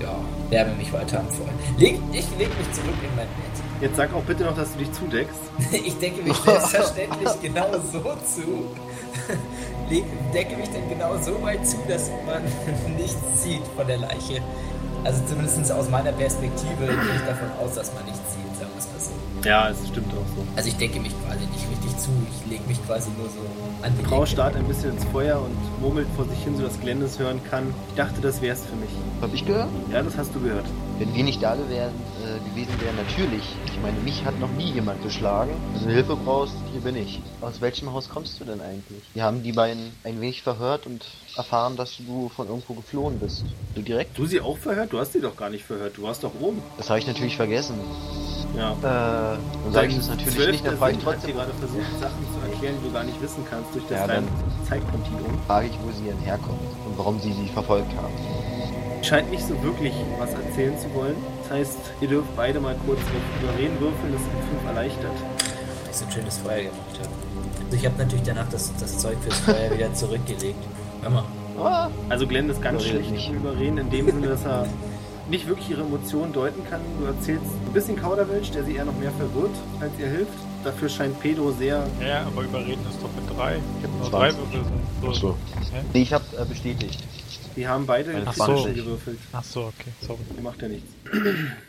S4: ja, wärme mich weiter am Feuer. Leg, ich leg mich zurück in mein Bett.
S3: Jetzt sag auch bitte noch, dass du dich zudeckst.
S4: Ich denke mich selbstverständlich genau so zu. Leg, decke mich dann genau so weit zu, dass man nichts sieht von der Leiche. Also zumindest aus meiner Perspektive gehe ich davon aus, dass man nichts sieht, sagen wir es mal so.
S3: Ja, es stimmt auch so.
S4: Also ich decke mich quasi nicht richtig zu, ich lege mich quasi nur so an die
S3: Frau
S4: Decke.
S3: starrt ein bisschen ins Feuer und murmelt vor sich hin, sodass Glenn es hören kann. Ich dachte, das wär's für mich.
S1: Hab ich gehört?
S3: Ja, das hast du gehört.
S1: Wenn wir nicht da wären, äh, gewesen wären, natürlich. Ich meine, mich hat noch nie jemand geschlagen. Wenn du Hilfe brauchst, hier bin ich. Aus welchem Haus kommst du denn eigentlich? Wir haben die beiden ein wenig verhört und erfahren, dass du von irgendwo geflohen bist. Du direkt?
S3: Du sie auch verhört? Du hast sie doch gar nicht verhört. Du warst doch oben.
S1: Das habe ich natürlich vergessen.
S3: Ja.
S1: Äh, dann sage ich es natürlich nicht, dann frage ich
S3: Hat sie
S1: trotzdem.
S3: gerade versucht, Sachen zu erklären, die du gar nicht wissen kannst durch das
S1: Ja,
S3: reine
S1: dann-
S3: Zeitkontinuum.
S1: Frage ich, wo sie denn herkommt und warum sie sie verfolgt haben.
S3: Scheint nicht so wirklich was erzählen zu wollen. Das heißt, ihr dürft beide mal kurz drüber reden würfeln, das sind fünf erleichtert.
S4: Weil ich so ein schönes Feuer gemacht habe. Also ich habe natürlich danach das, das Zeug fürs Feuer wieder zurückgelegt. Hör mal.
S1: Ah,
S3: Also Glenn ist ganz
S1: Überredet
S3: schlecht
S1: nicht.
S3: nicht. überreden, in dem Sinne, dass er nicht wirklich ihre Emotionen deuten kann. Du erzählst ein bisschen Kauderwelsch, der sie eher noch mehr verwirrt, als ihr hilft. Dafür scheint Pedro sehr...
S2: Ja, aber überreden ist doch mit drei.
S1: Ich hab 20.
S2: Nur drei Würfel sind. So.
S1: Achso.
S2: Hä?
S1: Nee, ich habe äh, bestätigt.
S3: Die haben beide
S1: Eine
S3: kritisch
S2: 20.
S3: gewürfelt.
S2: Ach so, okay, sorry.
S3: Ihr macht ja nichts.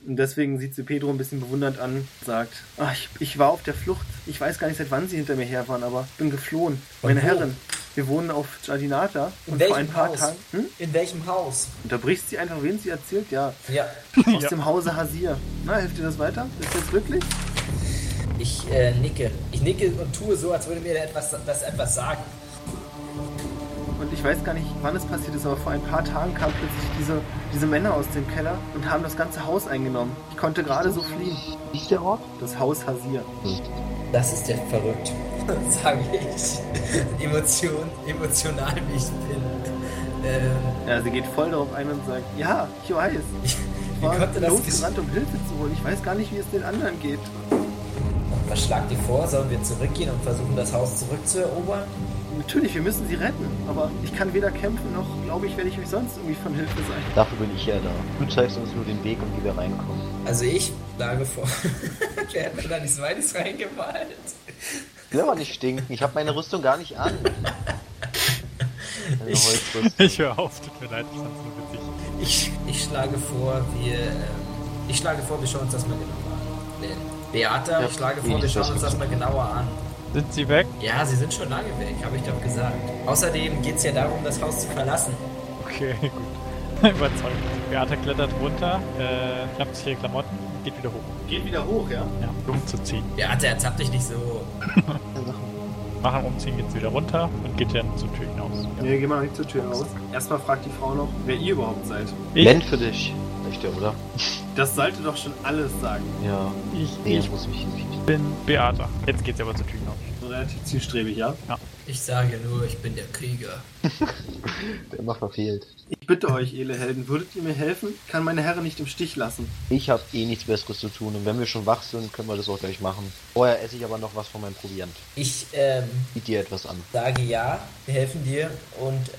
S3: Und deswegen sieht sie Pedro ein bisschen bewundernd an und sagt, "Ah, ich, ich war auf der Flucht. Ich weiß gar nicht, seit wann sie hinter mir her waren, aber ich bin geflohen.
S4: Von
S3: Meine
S4: wo?
S3: Herren, wir wohnen auf Giardinata
S4: In
S3: und vor
S4: welchem
S3: ein paar
S4: Haus?
S3: Tagen... Hm?
S4: In welchem Haus?
S3: Unterbricht sie einfach, wen sie erzählt? Ja,
S4: Ja,
S3: aus dem Hause Hasir. Na, hilft dir das weiter? Ist jetzt wirklich?
S4: ich äh, nicke. Ich nicke und tue so, als würde mir da etwas, das etwas sagen.
S3: Und ich weiß gar nicht, wann es passiert ist, aber vor ein paar Tagen kamen plötzlich diese, diese Männer aus dem Keller und haben das ganze Haus eingenommen. Ich konnte gerade so fliehen.
S1: Wie ist der Ort?
S3: Das Haus Hasir.
S4: Das ist ja verrückt. Sage ich. Emotion, emotional wie ich bin. Ähm,
S3: Ja, sie geht voll darauf ein und sagt, ja, ich weiß. Ich
S4: wie
S3: war
S4: konnte das geschehen?
S3: losgerannt, um Hilfe zu holen. Ich weiß gar nicht, wie es den anderen geht.
S4: Was schlagt ihr vor? Sollen wir zurückgehen und versuchen, das Haus zurückzuerobern?
S3: Natürlich, wir müssen sie retten, aber ich kann weder kämpfen noch, glaube ich, werde ich euch sonst irgendwie von Hilfe sein.
S1: Dafür bin ich ja da. Du zeigst uns nur den Weg und wie wir reinkommen.
S4: Also ich schlage vor. Wer hat mir da nichts Weines reingewalt?
S1: Ich will aber nicht stinken. Ich habe meine Rüstung gar nicht an. Meine
S4: Ich-
S1: Holzrüstung.
S2: Ich höre auf, tut mir leid, ich fand's nur witzig.
S4: Ich, ich schlage vor, wir. ähm, Ich schlage vor, wir schauen uns das mal genauer an. Be- Beata,
S1: Ja,
S4: ich schlage
S1: nee,
S4: vor, wir
S1: das
S4: schauen
S1: ist
S4: uns das mal genauer an.
S2: Sind sie weg?
S4: Ja, sie sind schon lange weg, habe ich doch gesagt. Außerdem geht es ja darum, das Haus zu verlassen.
S2: Okay, gut. Überzeugt. Beata klettert runter, äh, schnappt sich ihre Klamotten, geht wieder hoch.
S3: Geht wieder hoch, ja?
S2: Ja, umzuziehen.
S4: Beata, ertapp dich nicht so.
S2: Machen Umziehen geht's wieder runter und geht dann zur Tür hinaus. Ja.
S3: Nee, geh mal nicht zur Tür raus. Erstmal fragt die Frau noch, wer ihr überhaupt seid.
S1: Nenn für dich. Echt, ja, oder?
S3: Das sollte doch schon alles sagen.
S1: Ja.
S2: Ich,
S1: Nee,
S2: ich
S1: ich muss mich nicht.
S2: bin Beata. Jetzt geht's aber zur Tür hinaus.
S3: Relativ zielstrebig, ja?
S4: Ich sage nur, ich bin der Krieger.
S1: Der immer verfehlt.
S3: Ich bitte euch, edle Helden, würdet ihr mir helfen? Ich kann meine Herren nicht im Stich lassen.
S1: Ich habe eh nichts Besseres zu tun und wenn wir schon wach sind, können wir das auch gleich machen. Vorher esse ich aber noch was von meinem Proviant.
S4: Ich ähm,
S1: Biet dir etwas an.
S4: sage ja, wir helfen dir und äh,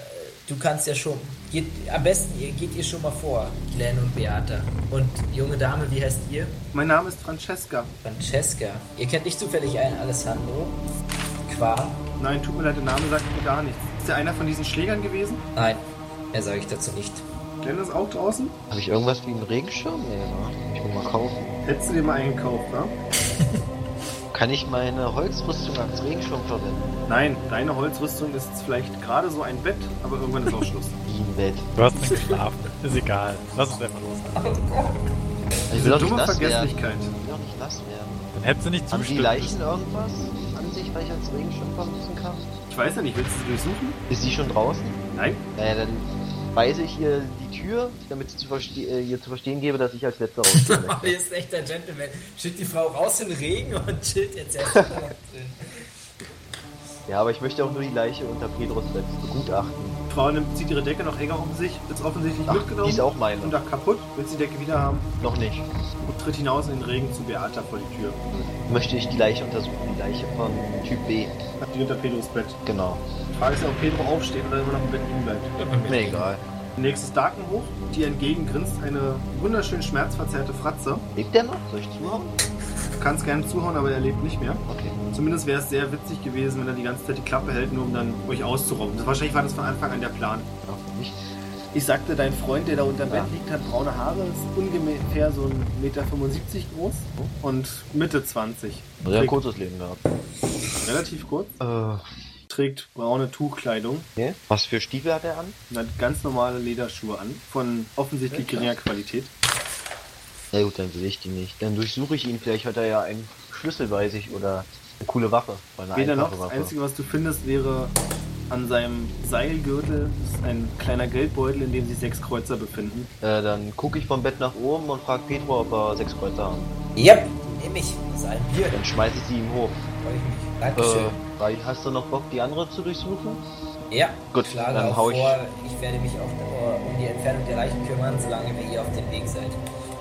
S4: du kannst ja schon. Geht, am besten ihr, geht ihr schon mal vor, Glenn und Beata. Und junge Dame, wie heißt ihr?
S3: Mein Name ist Francesca.
S4: Francesca. Ihr kennt nicht zufällig einen Alessandro? Qua?
S3: Nein, tut mir leid, der Name sagt mir gar nichts. Ist der einer von diesen Schlägern gewesen?
S4: Nein, mehr sage ich dazu nicht.
S3: Glenn ist auch draußen?
S1: Habe ich irgendwas wie einen Regenschirm? Nee, wa? Ich will mal kaufen.
S3: Hättest du dir mal eingekauft, ne?
S1: Kann ich meine Holzrüstung als Regenschirm verwenden?
S3: Nein, deine Holzrüstung ist vielleicht gerade so ein Bett, aber irgendwann ist auch Schluss.
S1: Wie ein Bett.
S2: Du hast nicht geschlafen. Ist egal. Lass uns einfach los.
S1: Ich
S3: Diese
S1: will doch nicht
S3: dumme
S1: nass werden.
S3: Vergesslichkeit.
S1: Ich will doch nicht nass werden.
S2: Dann hättest du nicht
S1: Haben die
S2: zustimmen müssen.
S1: Leichen irgendwas an sich, weil ich als Regenschirm verwenden kann?
S3: Ich weiß ja nicht, willst du sie durchsuchen?
S1: Ist sie schon draußen?
S3: Nein?
S1: Naja, dann weise ich ihr die Tür, damit sie zu verste äh, ihr zu verstehen gebe, dass ich als letzter rausgehe.
S4: Hier ist echt ein Gentleman. Schickt die Frau raus in den Regen und chillt jetzt erst mal drin.
S1: ja, aber ich möchte auch nur die Leiche unter Pedros Bett begutachten.
S3: Die Frau nimmt, zieht ihre Decke noch enger um sich, ist offensichtlich
S1: Ach,
S3: mitgenommen.
S1: die ist auch meine.
S3: Und da kaputt, willst die Decke wieder haben
S1: Noch nicht.
S3: und tritt hinaus in den Regen zu Beata vor die Tür.
S1: möchte ich die Leiche untersuchen, die Leiche von Typ B.
S3: Die unter Pedros Bett.
S1: Genau.
S3: Die Frage ist ja, ob Pedro aufsteht oder immer noch im Bett liegen bleibt.
S1: Mir egal.
S3: Nächstes Darkenhof, die entgegengrinst eine wunderschön schmerzverzerrte Fratze.
S1: Lebt der noch? Soll ich zuhauen?
S3: Du kannst gerne zuhauen, aber er lebt nicht mehr.
S1: Okay.
S3: Zumindest wäre es sehr witzig gewesen, wenn er die ganze Zeit die Klappe hält, nur um dann euch auszurauben. Das, wahrscheinlich war das von Anfang an der Plan.
S1: Ja, für mich.
S3: Ich sagte, dein Freund, der da unter dem
S1: Ja.
S3: Bett liegt, hat braune Haare, ist ungefähr so 1,75 Meter groß und Mitte 20.
S1: Also er hat ein
S3: Trägt
S1: kurzes Leben gehabt.
S3: relativ kurz,
S1: Äh,
S3: trägt braune Tuchkleidung
S1: okay. Was für Stiefel hat er an?
S3: und hat ganz normale Lederschuhe an, von offensichtlich geringer Qualität.
S1: Na gut, dann will ich die nicht. Dann durchsuche ich ihn. Vielleicht hat er ja einen Schlüssel bei sich oder eine coole Waffe. Oder eine
S3: Weder noch,
S1: einfache
S3: das
S1: Waffe.
S3: Einzige, was du findest, wäre an seinem Seilgürtel ist ein kleiner Geldbeutel, in dem sich sechs Kreuzer befinden.
S1: Äh, dann gucke ich vom Bett nach oben und frage Pedro, ob er sechs Kreuze haben.
S4: Yep, nehme ich. Das ist ein Bier,
S1: Dann schmeiße ich sie im Hof.
S4: freue ich mich.
S1: Äh,
S4: Dankeschön.
S1: Rai, hast du noch Bock, die andere zu durchsuchen?
S4: ja,
S1: gut,
S4: ich schlage
S1: dann
S4: auch
S1: hau ich-
S4: vor, ich werde mich auch äh, um die Entfernung der Leichen kümmern, solange wir hier auf dem Weg seid.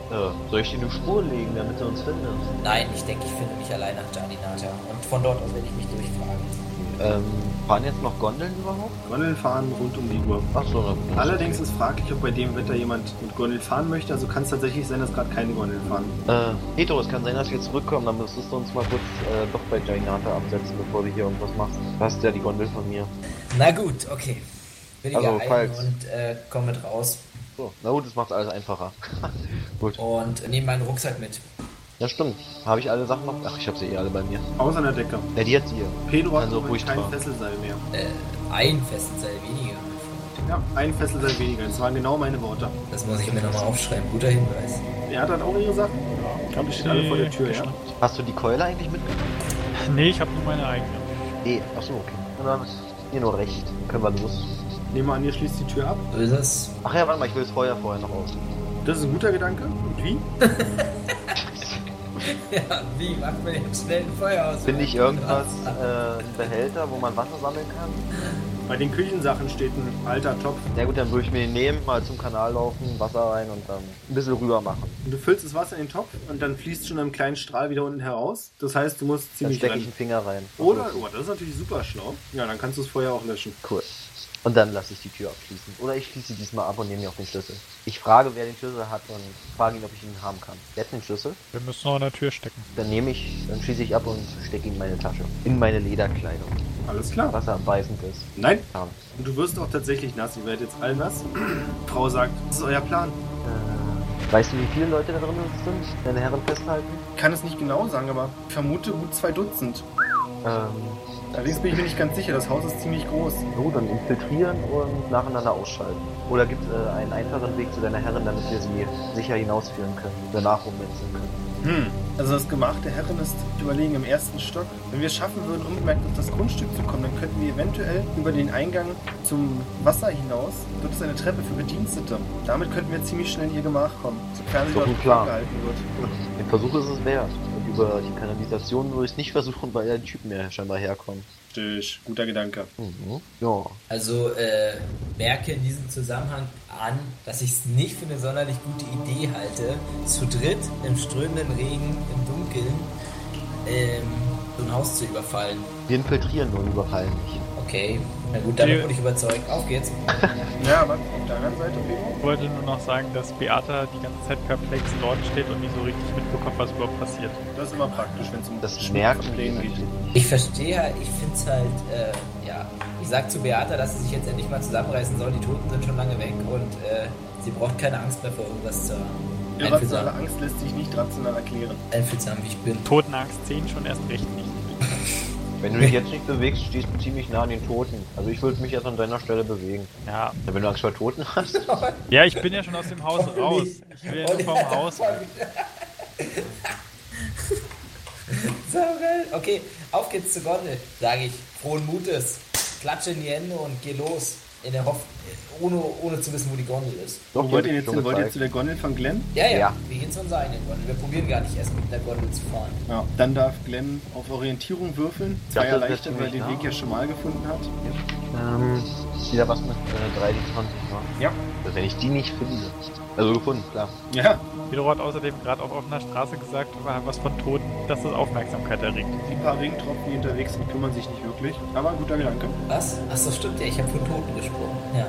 S1: Äh, soll ich dir eine Spur legen, damit du uns findest?
S4: Nein, ich denke, ich finde mich allein nach Giardinata. Und von dort aus werde ich mich durchfragen.
S1: Ähm, fahren jetzt noch Gondeln überhaupt?
S3: Gondeln fahren rund um die Uhr.
S1: Ach so, na gut.
S3: Allerdings ist fraglich, ob bei dem Wetter jemand mit Gondeln fahren möchte. Also kann es tatsächlich sein, dass gerade keine Gondeln fahren.
S1: Äh, Petro, es kann sein, dass wir zurückkommen, dann müsstest du uns mal kurz äh, doch bei Jainata absetzen, bevor du hier irgendwas machst. Du hast ja die Gondel von mir.
S4: Na gut, okay. Will ich
S1: Also,
S4: also, ein
S1: falls-
S4: und äh, komme mit raus
S1: So, na gut, das macht alles einfacher. gut.
S4: und nehme meinen Rucksack mit.
S1: Ja, stimmt. Habe ich alle Sachen noch? Ach, ich habe sie eh alle bei mir.
S3: Außer der Decke.
S1: Ja, die jetzt ihr.
S3: Pedro hat
S1: Also
S3: also
S1: ruhig
S3: kein
S1: fahren.
S3: Fesselseil mehr.
S4: Äh, ein Fesselseil weniger. mein Freund.
S3: Ja, ein Fesselseil weniger. Das waren genau meine Worte.
S4: Das muss ich mir nochmal aufschreiben. Guter Hinweis.
S3: Er hat dann auch ihre Sachen. Ja, die stehen alle vor der Tür, ja.
S2: Geschnappt.
S1: Hast du die Keule eigentlich mitgenommen?
S2: Nee, ich habe nur meine eigene.
S1: Nee, ach so, okay. Na, Dann ist ihr nur recht. Dann Können wir los.
S3: Nehmen wir an, ihr schließt die Tür ab.
S4: So ist es.
S1: Ach ja, warte mal, ich will das Feuer vorher noch aus.
S3: Das ist ein guter Gedanke. Und wie?
S4: Ja, wie macht man jetzt schnell ein Feuer aus?
S1: Finde ich irgendwas, äh, einen Behälter, wo man Wasser sammeln kann?
S3: Bei den Küchensachen steht ein alter Topf.
S1: Ja gut, dann würde ich mir den nehmen, mal zum Kanal laufen, Wasser rein und dann ein bisschen rüber machen.
S3: Und du füllst das Wasser in den Topf und dann fließt schon einem kleinen Strahl wieder unten heraus. Das heißt, du musst
S1: Dann
S3: ziemlich
S1: stecke ich
S3: rennen.
S1: einen Finger rein.
S3: Oder, oh, das ist natürlich super schlau. Ja, dann kannst du das Feuer auch löschen.
S1: Cool. Und dann lasse ich die Tür abschließen. Oder ich schließe diesmal ab und nehme mir auch den Schlüssel. Ich frage, wer den Schlüssel hat und frage ihn, ob ich ihn haben kann. Wer hat den Schlüssel?
S2: Wir müssen noch an der Tür stecken.
S1: Dann nehme ich, dann schließe ich ab und stecke ihn in meine Tasche. In meine Lederkleidung.
S3: Alles klar.
S1: Was er am weißend ist. Ähm,
S3: Nein.
S1: Ja.
S3: Und du wirst auch tatsächlich nass. Ihr werdet jetzt alle nass. Frau sagt, das ist euer Plan.
S1: Äh, weißt du, wie viele Leute da drin sind? Deine Herren festhalten?
S3: Ich kann es nicht genau sagen, aber ich vermute gut zwei Dutzend.
S1: Ähm,
S3: Allerdings bin ich mir nicht ganz sicher. Das Haus ist ziemlich groß.
S1: so, dann infiltrieren und nacheinander ausschalten. Oder gibt es äh, einen einfachen Weg zu deiner Herrin, damit wir sie sicher hinausführen können. Danach rumwechseln können.
S3: Hm. Also das Gemach der Herren ist, ich überlege, im ersten Stock. Wenn wir es schaffen würden, unbemerkt auf das Grundstück zu kommen, dann könnten wir eventuell über den Eingang zum Wasser hinaus, dort ist eine Treppe für Bedienstete. Damit könnten wir ziemlich schnell in ihr Gemach kommen, sofern sie
S1: Doch
S3: dort
S1: ein Plan.
S3: gehalten wird.
S1: Den Versuch ist es wert. Und über die Kanalisation würde ich es nicht versuchen, weil da die Typen ja scheinbar herkommen.
S3: Richtig, guter Gedanke.
S1: Mhm. Ja.
S4: Also äh, merke in diesem Zusammenhang an, dass ich es nicht für eine sonderlich gute Idee halte, zu dritt im strömenden Regen, im Dunkeln, ähm, so ein Haus zu überfallen.
S1: Wir infiltrieren nur überfallen nicht.
S4: Okay, na gut, damit
S2: Die-
S4: wurde ich überzeugt. Auf geht's.
S3: Ja, aber auf der anderen Seite, Pedro?
S2: Ich wollte nur noch sagen, dass Beata die ganze Zeit perplex dort steht und nicht so richtig mitbekommt, was überhaupt passiert.
S3: Das ist immer praktisch, wenn es um
S1: Das merken wir
S3: Pläne geht.
S1: natürlich.
S4: Ich verstehe halt, ich finde es halt, äh, ja, ich sag zu Beata, dass sie sich jetzt endlich mal zusammenreißen soll. Die Toten sind schon lange weg und äh, sie braucht keine Angst mehr vor irgendwas zu haben.
S3: Irrationale
S4: Einfühlsam,
S3: Angst lässt sich nicht rational erklären.
S4: einfühlsam wie ich bin.
S2: Totenangst 10 schon erst recht nicht.
S1: Wenn du dich jetzt nicht bewegst, stehst du ziemlich nah an den Toten. Also ich würde mich jetzt an deiner Stelle bewegen.
S2: Ja.
S1: Ja, Wenn du Angst vor Toten hast.
S2: Ja, ich bin ja schon aus dem Haus raus. Ich will ja nur vom Haus. weg.
S4: So geil. Okay, auf geht's zur Gondel, sage ich. Frohen Mutes. Klatsche in die Hände und geh los. In der Hoff ohne, ohne zu wissen, wo die Gondel ist.
S1: Doch,
S3: Wo
S1: die
S3: wollt
S1: hat
S3: ihr
S1: mich
S3: jetzt
S1: schon
S3: hin? Wollt ihr
S1: gezeigt.
S3: zu der Gondel von Glenn?
S4: Ja, ja,
S1: Ja.
S4: wir gehen zu unserer eigenen Gondel. Wir probieren gar nicht erst mit einer Gondel zu fahren.
S3: Ja. Dann darf Glenn auf Orientierung würfeln.
S1: dachte,
S3: Zwei
S1: das wär
S3: erleichtert, weil er
S1: ziemlich
S3: den
S1: nah.
S3: Weg ja schon mal gefunden hat.
S1: Ähm, wieder was mit äh, 3D20 war.
S3: Ja.
S1: Wenn ich die nicht finde. Also gefunden, klar.
S3: Ja,
S2: Pedro hat außerdem gerade auf offener Straße gesagt, was von Toten, dass das Aufmerksamkeit erregt.
S3: die paar Regentropfen, die unterwegs sind, kümmern sich nicht wirklich. Aber guter Gedanke.
S4: Was? Achso, stimmt ja, ich habe von Toten gesprochen. Ja.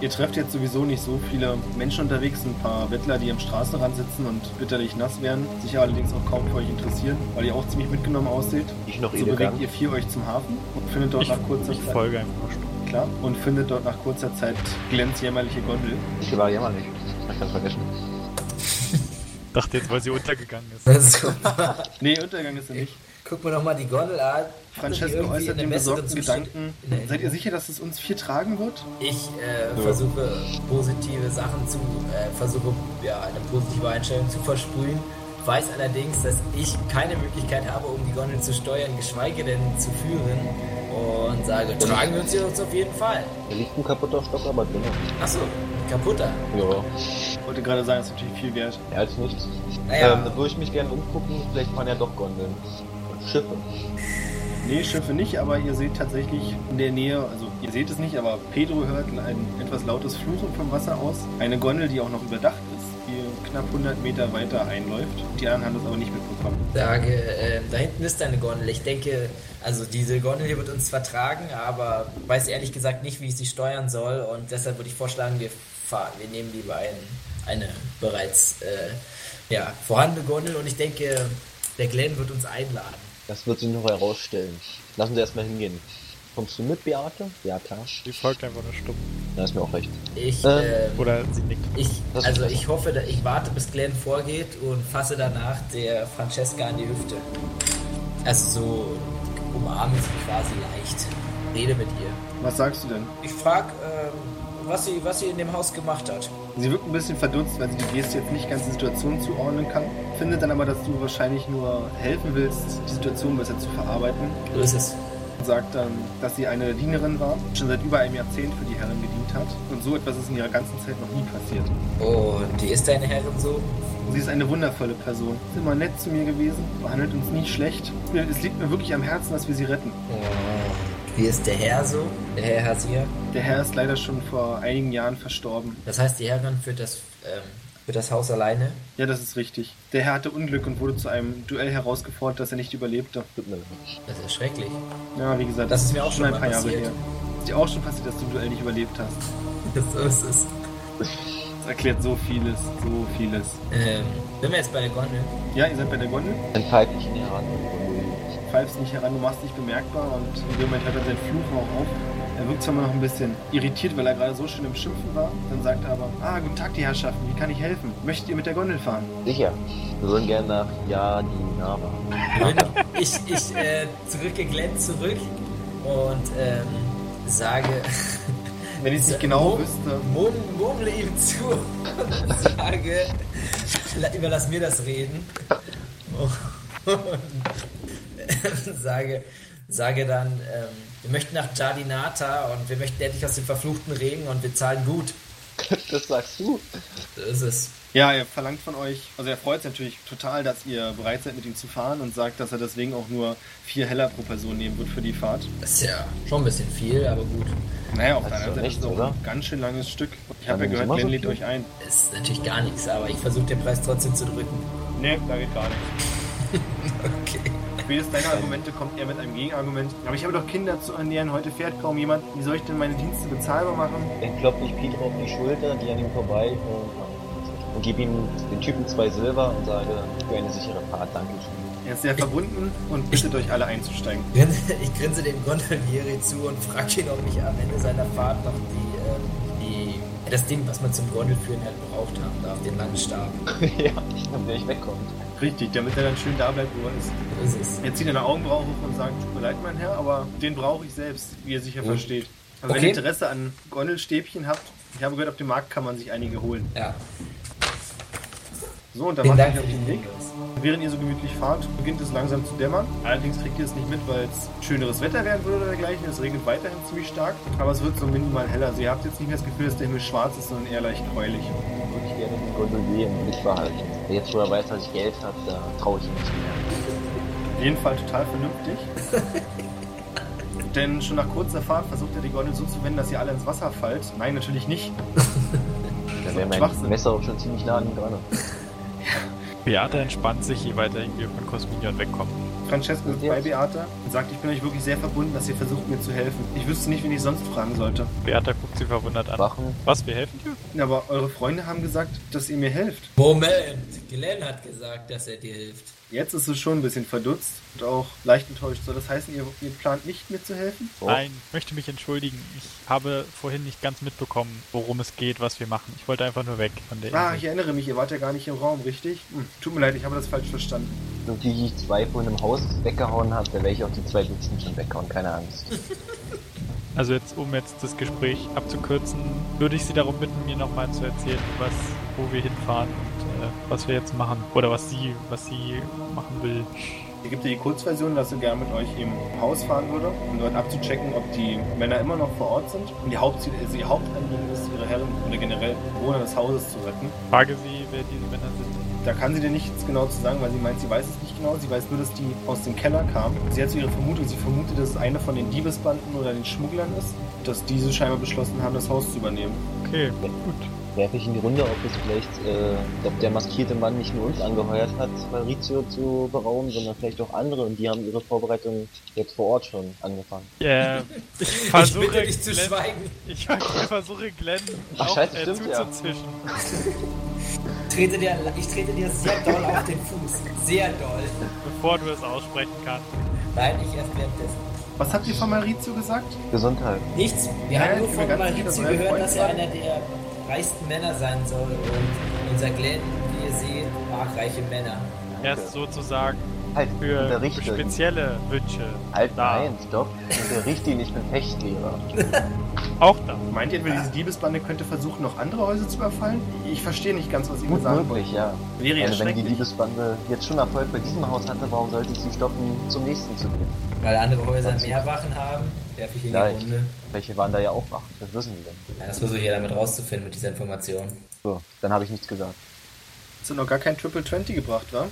S3: Ihr trefft jetzt sowieso nicht so viele Menschen unterwegs, ein paar Bettler, die am Straßenrand sitzen und bitterlich nass werden, sich allerdings auch kaum für euch interessieren, weil ihr auch ziemlich mitgenommen ausseht.
S1: Ich noch
S3: So bewegt
S1: elegant.
S3: ihr vier euch zum Hafen und findet dort
S2: Ich,
S3: nach kurzer
S2: ich
S3: Zeit
S2: folge einfach nur stumm.
S3: klar und findet dort nach kurzer Zeit Glenns jämmerliche Gondel.
S1: Ich war jämmerlich. Ich kann vergessen.
S2: Dachte jetzt, weil sie untergegangen ist.
S4: Also,
S3: Nee, Untergang ist er nicht.
S4: guck mir nochmal die Gondel an. Hat die
S3: Francesco
S4: irgendwie
S3: äußert
S4: in der
S3: den
S4: besseren
S3: besorgten
S4: Zustand-
S3: Gedanken.
S4: in der-
S3: Seid ihr sicher, dass es uns vier tragen wird?
S4: Ich äh, versuche positive Sachen zu, äh, versuche ja, eine positive Einstellung zu versprühen. Weiß allerdings, dass ich keine Möglichkeit habe, um die Gondel zu steuern, geschweige denn zu führen. Und sage, tragen wir uns hier uns auf jeden Fall.
S1: Da liegt ein kaputter Stock, aber drin.
S4: Achso, kaputter.
S1: Ja.
S3: Ich wollte gerade sagen, das ist natürlich viel wert.
S6: Ja, als nichts.
S4: Naja.
S6: Ähm, da würde ich mich gerne umgucken, vielleicht fahren ja doch Gondeln. Und Schiffe.
S3: Nee, Schiffe nicht, aber ihr seht tatsächlich in der Nähe, also ihr seht es nicht, aber Pedro hört ein etwas lautes Fluchen vom Wasser aus. Eine Gondel, die auch noch überdacht ist, die knapp 100 Meter weiter einläuft. Die anderen haben das aber nicht mitbekommen.
S4: sage, ähm, da hinten ist eine Gondel. Ich denke, also diese Gondel hier wird uns zwar tragen, aber weiß ehrlich gesagt nicht, wie ich sie steuern soll. Und deshalb würde ich vorschlagen, wir fahren, wir nehmen lieber ein, eine bereits äh, ja, vorhandene Gondel. Und ich denke, der Glenn wird uns einladen.
S6: Das wird sich noch herausstellen. Lassen Sie erstmal hingehen. Kommst du mit, Beate? Ja, klar.
S2: Die folgt einfach nur stumm.
S6: Da ist mir auch recht.
S4: Ich,
S6: Ähm,
S4: ähm,
S2: Oder sie nickt.
S4: ich
S6: Das-
S4: also ich hoffe, da- ich warte, bis Glenn vorgeht und fasse danach der Francesca an die Hüfte. Also so umarme sie quasi leicht. Rede mit ihr.
S3: Was sagst du denn?
S4: Ich frage, ähm, was, sie, was sie in dem Haus gemacht hat.
S3: Sie wirkt ein bisschen verdutzt, weil sie die Geste jetzt nicht ganz die Situation zuordnen kann. Findet dann aber, dass du wahrscheinlich nur helfen willst, die Situation besser zu verarbeiten.
S4: So ist es.
S3: Und sagt dann, dass sie eine Dienerin war, schon seit über einem Jahrzehnt für die Herren gedient hat. Und so etwas ist in ihrer ganzen Zeit noch nie passiert.
S4: Und wie ist deine Herrin so?
S3: Sie ist eine wundervolle Person. Ist immer nett zu mir gewesen, behandelt uns nie schlecht. Mir- Es liegt mir wirklich am Herzen, dass wir sie retten.
S4: Und wie ist der Herr so? Der Herr Hasir?
S3: Der Herr ist leider schon vor einigen Jahren verstorben.
S4: Das heißt, die Herrin führt das, ähm, führt das Haus alleine?
S3: Ja, das ist richtig. Der Herr hatte Unglück und wurde zu einem Duell herausgefordert, das er nicht überlebte.
S6: Tut mir leid.
S4: Das ist schrecklich.
S3: Ja, wie gesagt,
S4: Das ist mir auch schon mal passiert.
S3: Ist dir auch schon passiert, dass du ein Duell nicht überlebt hast.
S4: So ist es.
S3: Das erklärt so vieles, so vieles.
S4: Ähm, sind wir jetzt bei der Gondel?
S3: Ja, ihr seid bei der Gondel,
S6: Dann pfeife ich ihn heran.
S3: pfeifst nicht heran, du machst dich bemerkbar und in dem Moment hört er seinen Fluchen auch auf. Er wirkt zwar immer noch ein bisschen irritiert, weil er gerade so schön im Schimpfen war. Dann sagt er aber, ah, guten Tag, die Herrschaften, wie kann ich helfen? Möchtet ihr mit der Gondel fahren?
S6: Sicher. Wir würden gerne nach Jadinava.
S4: Ich, ich äh, drücke Glenn zurück und ähm, sage,
S3: Wenn ich es nicht
S4: Äh,
S3: genau
S4: wo?
S3: wüsste.
S4: murm- murmle ihm zu und sage, la- überlass mir das reden. Und sage, sage dann, ähm, wir möchten nach Jardinata und wir möchten endlich aus dem verfluchten Regen und wir zahlen gut.
S6: Das sagst du?
S4: So ist es.
S3: Ja, er verlangt von euch, also er freut sich natürlich total, dass ihr bereit seid, mit ihm zu fahren und sagt, dass er deswegen auch nur vier Heller pro Person nehmen wird für die Fahrt.
S4: Das ist ja schon ein bisschen viel, aber gut.
S3: Naja, auf der
S6: Das ist doch
S3: anderen Seite ist
S6: nichts,
S3: es auch
S6: oder?
S3: ein ganz schön langes Stück.
S6: Dann
S3: Ich habe ja
S6: sind
S3: gehört,
S6: wir
S3: Glenn
S6: so
S3: lädt
S6: viel.
S3: euch ein.
S4: Ist natürlich gar nichts, aber ich versuche den Preis trotzdem zu drücken.
S3: Nee, da geht gar nichts.
S4: Okay.
S3: Spätestens deine Argumente kommt er mit einem Gegenargument. Aber ich habe doch Kinder zu ernähren, heute fährt kaum jemand. Wie soll ich denn meine Dienste bezahlbar machen?
S6: Dann klopfe ich Peter auf die Schulter, gehe an ihm vorbei und, und gebe ihm den Typen zwei Silber und sage, für eine sichere Fahrt, danke schön.
S3: Er ist sehr verbunden und bittet euch alle einzusteigen.
S4: Grinse- Ich grinse dem Gondolieri zu und frage ihn, ob ich am Ende seiner Fahrt noch die, äh, die das Ding, was man zum Gondelführen halt braucht haben darf, den Landstab.
S6: ja, damit er nicht wegkommt.
S3: Richtig, damit er dann schön da bleibt, wo er ist.
S4: So ist es.
S3: Er zieht eine Augenbraue hoch und sagt, tut mir leid, mein Herr, aber den brauche ich selbst, wie ihr sicher versteht. Also wenn
S4: Oh. Okay.
S3: ihr Interesse an Gondelstäbchen habt, ich habe gehört, auf dem Markt kann man sich einige holen.
S4: Ja.
S3: So, und dann
S4: Vielen
S3: macht ihr euch
S4: Dank
S3: auf
S4: für
S3: den
S4: den
S3: Weg. Während ihr so gemütlich fahrt, beginnt es langsam zu dämmern. Allerdings kriegt ihr es nicht mit, weil es schöneres Wetter werden würde oder dergleichen. Es regnet weiterhin ziemlich stark, aber es wird so minimal heller. Also ihr habt jetzt nicht mehr das Gefühl, dass der Himmel schwarz ist, sondern eher leicht gräulich.
S6: Dann würde ich gerne den Gondolier im Blick behalten. Jetzt, wo er weiß, dass ich Geld habe, da traue ich ihm nicht mehr.
S3: Auf jeden Fall total vernünftig. Denn schon nach kurzer Fahrt versucht er die Gondel so zu wenden, dass ihr alle ins Wasser fallt. Nein, natürlich nicht.
S6: Da wäre
S3: Schwachsinn.
S6: mein Messer auch schon ziemlich nah an ihm dran.
S2: Beate entspannt sich, je weiter wir von Cosminion wegkommen.
S3: Francesco ist bei Beata und sagt, ich bin euch wirklich sehr verbunden, dass ihr versucht, mir zu helfen. Ich wüsste nicht, wen ich sonst fragen sollte.
S2: Beata guckt sie verwundert an.
S6: Wachen.
S2: Was, wir helfen dir?
S3: Aber eure Freunde haben gesagt, dass ihr mir helft.
S4: Moment, Glenn hat gesagt, dass er dir hilft.
S3: Jetzt ist es schon ein bisschen verdutzt und auch leicht enttäuscht. Soll das heißen, ihr, ihr plant nicht, mir zu helfen?
S6: Oh.
S2: Nein, ich möchte mich entschuldigen. Ich habe vorhin nicht ganz mitbekommen, worum es geht, was wir machen. Ich wollte einfach nur weg von der
S3: Ah, ich
S2: Insel.
S3: erinnere mich, ihr wart ja gar nicht im Raum, richtig? Hm, tut mir leid, ich habe das falsch verstanden.
S6: Und die, die ich zwei von im Haus weggehauen habe, da werde ich auch die zwei bestimmt schon weghauen, keine Angst.
S2: Also jetzt, um jetzt das Gespräch abzukürzen, würde ich Sie darum bitten, mir nochmal zu erzählen, was, wo wir hinfahren und äh, was wir jetzt machen. Oder was sie, was sie machen will.
S3: Ich gebe dir die Kurzversion, dass er gerne mit euch im Haus fahren würde, um dort abzuchecken, ob die Männer immer noch vor Ort sind. Und die Hauptziel, also ihr Hauptanliegen ist, ihre Herren oder generell Bewohner des Hauses zu retten.
S2: Frage sie, wer diese Männer sind.
S3: Da kann sie dir nichts genau zu sagen, weil sie meint, sie weiß es nicht genau. Sie weiß nur, dass die aus dem Keller kamen. Sie hat so ihre Vermutung, sie vermutet, dass es eine von den Diebesbanden oder den Schmugglern ist, dass diese scheinbar beschlossen haben, das Haus zu übernehmen.
S2: Okay, gut.
S1: Werfe ich in die Runde, ob es vielleicht, äh, ob der maskierte Mann nicht nur uns angeheuert hat, Fabrizio zu berauben, sondern vielleicht auch andere und die haben ihre Vorbereitung jetzt vor Ort schon angefangen.
S2: Äh, ich
S4: ich bitte
S2: versuche
S4: dich zu
S2: Glenn,
S4: schweigen.
S2: ich versuche Glenn
S1: Ach,
S2: auch,
S1: scheiße,
S2: äh,
S1: stimmt, ja.
S2: zuzuzischen.
S4: Trete dir, ich trete dir sehr doll auf den Fuß. Sehr doll.
S2: Bevor du es aussprechen kannst.
S4: Nein, ich erst währenddessen.
S3: Was habt ihr von Maurizio gesagt?
S1: Gesundheit.
S4: Nichts. Wir
S3: Ja,
S4: haben nur
S3: ich bin
S4: von
S3: mir ganz sicher, dass
S4: Maurizio
S3: euer
S4: gehört,
S3: Freund
S4: dass er
S3: sein-
S4: einer der reichsten Männer sein soll. Und unser Glenn, wie ihr seht, mag reiche Männer.
S2: Er ist sozusagen
S1: Halt,
S2: für
S1: unterrichte.
S2: spezielle Wünsche.
S1: Halt,
S2: da.
S1: nein, stopp. Unterrichte ihn, ich bin Fechtlehrer.
S2: Auch da.
S3: Meint ihr etwa, diese Diebesbande könnte versuchen, noch andere Häuser zu überfallen? Ich verstehe nicht ganz, was ihr mir
S1: Gut
S3: sagen wollt.
S1: möglich, ja.
S3: Wäre ja
S1: Also wenn die
S3: schrecklich.
S1: Diebesbande jetzt schon Erfolg bei diesem Haus hatte, warum sollte ich sie stoppen, zum nächsten zu gehen?
S4: Weil andere Häuser mehr Wachen haben, werfe ich in die
S1: Nein.
S4: Runde.
S1: Welche waren da ja auch wach, das wissen wir.
S4: Ja, das versuche ich ja damit rauszufinden mit dieser Information.
S1: So, dann habe ich nichts gesagt.
S3: Hast du noch gar kein Triple 20 gebracht, wa?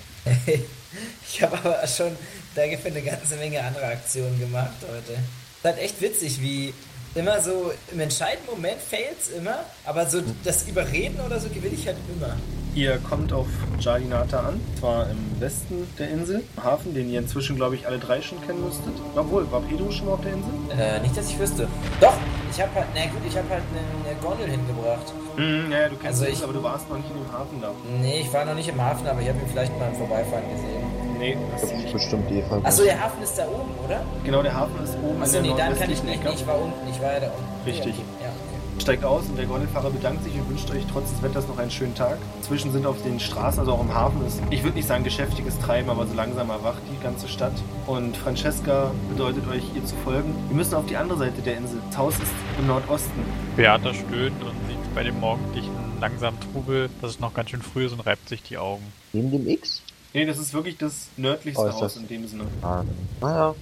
S4: ich habe aber schon dafür eine ganze Menge andere Aktionen gemacht heute. Ist halt echt witzig, wie immer so im entscheidenden Moment fails immer, aber so das Überreden oder so gewinne ich halt immer.
S3: Ihr kommt auf Jardinata an, zwar im Westen der Insel, im Hafen, den ihr inzwischen, glaube ich, alle drei schon kennen müsstet. Obwohl, war Pedro schon mal auf der Insel?
S4: Äh, nicht, dass ich wüsste. Doch, ich habe halt, na gut, ich habe halt eine, eine Gondel hingebracht.
S3: Mhm, ja, ja, du kennst
S4: Also
S3: ihn,
S4: ich-
S3: aber du warst noch nicht in dem Hafen da.
S4: Nee, ich war noch nicht im Hafen, aber ich habe ihn vielleicht mal im Vorbeifahren gesehen.
S3: Nee, das ist nicht.
S1: Bestimmt die Eva.
S4: Achso, der Hafen ist da oben, oder?
S3: Genau, der Hafen ist oben
S4: Achso,
S3: in
S4: nee,
S3: der
S4: dann kann ich
S3: nordwestlichen
S4: nicht.
S3: Ecke.
S4: Ich war unten, ich war ja da unten.
S3: Richtig.
S4: Ja, okay.
S3: Steigt aus und der Gondelfahrer bedankt sich und wünscht euch trotz des Wetters noch einen schönen Tag. Zwischen sind auf den Straßen, also auch im Hafen ist, ich würde nicht sagen geschäftiges Treiben, aber so langsam erwacht die ganze Stadt. Und Francesca bedeutet euch, ihr zu folgen. Wir müssen auf die andere Seite der Insel. Das Haus ist im Nordosten.
S2: Beata stöhnt und sieht bei dem morgendlichen langsamen Trubel, dass es noch ganz schön früh ist und reibt sich die Augen.
S1: Neben dem X?
S3: Nee, das ist wirklich das nördlichste
S1: Oh, ist
S3: Haus
S1: das-
S3: in dem Sinne.
S1: Ah, naja,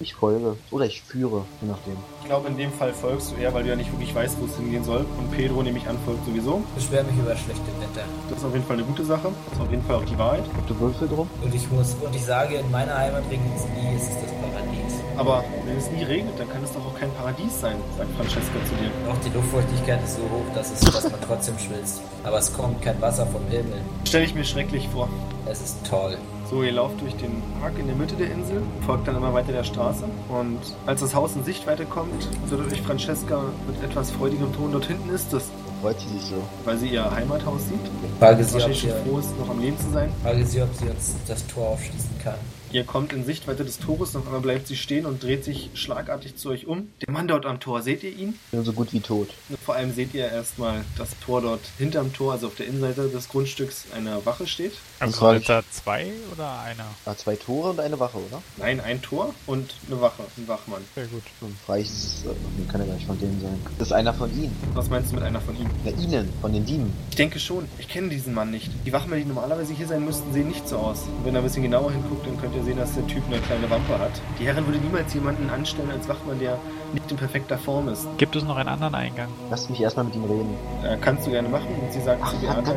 S1: ich folge. Oder ich führe, je nachdem.
S3: Ich glaube, in dem Fall folgst du eher, weil du ja nicht wirklich weißt, wo es hingehen soll. Und Pedro, nehme ich an, folgt sowieso.
S4: Beschwer mich über das schlechte Wetter.
S3: Das ist auf jeden Fall eine gute Sache. Das ist auf jeden Fall auch die Wahrheit.
S1: Habt ihr Würfel drum?
S4: Und ich muss, und ich sage, in meiner Heimat regnet es nie, es ist das Paradies.
S3: Aber wenn es nie regnet, dann kann es doch auch kein Paradies sein, sagt Francesca zu dir.
S4: Auch die Luftfeuchtigkeit ist so hoch, dass, es, dass man trotzdem schwitzt. Aber es kommt kein Wasser vom Himmel.
S3: Stelle ich mir schrecklich vor.
S4: Es ist toll.
S3: So, ihr lauft durch den Park in der Mitte der Insel, folgt dann immer weiter der Straße und als das Haus in Sichtweite kommt, wird euch Francesca mit etwas freudigem Ton dort hinten ist es,
S1: Freut sie sich so.
S3: weil sie ihr Heimathaus sieht.
S4: Frage sie, ob
S3: Wahrscheinlich schon
S4: sie,
S3: froh ist, noch am Leben zu sein.
S4: frage sie, ob sie uns das Tor aufschließen kann.
S3: Ihr kommt in Sichtweite des Tores und auf einmal bleibt sie stehen und dreht sich schlagartig zu euch um. Der Mann dort am Tor, seht ihr ihn?
S1: Bin so gut wie tot.
S3: Vor allem seht ihr erstmal das Tor dort hinterm Tor, also auf der Innenseite des Grundstücks, einer Wache steht.
S2: Also
S1: war
S2: sind da zwei oder einer?
S1: Ah, zwei Tore und eine Wache, oder?
S3: Nein, ein Tor und eine Wache, ein Wachmann.
S2: Sehr gut.
S1: Hm, Reich ist es. Äh, nee, kann ja gar nicht von denen sein. Das ist einer von ihnen.
S3: Was meinst du mit einer von ihm?
S1: Na, ihnen. Von den Dieben.
S3: Ich denke schon. Ich kenne diesen Mann nicht. Die Wachmänner, die normalerweise hier sein müssten, sehen nicht so aus. Und wenn ihr ein bisschen genauer hinguckt, dann könnt ihr sehen, dass der Typ eine kleine Wampe hat. Die Herrin würde niemals jemanden anstellen als Wachmann, der nicht in perfekter Form ist.
S2: Gibt es noch einen anderen Eingang?
S1: Lasst mich erstmal mit ihm reden.
S3: Äh, kannst du gerne machen. Und sie sagt zu Beate,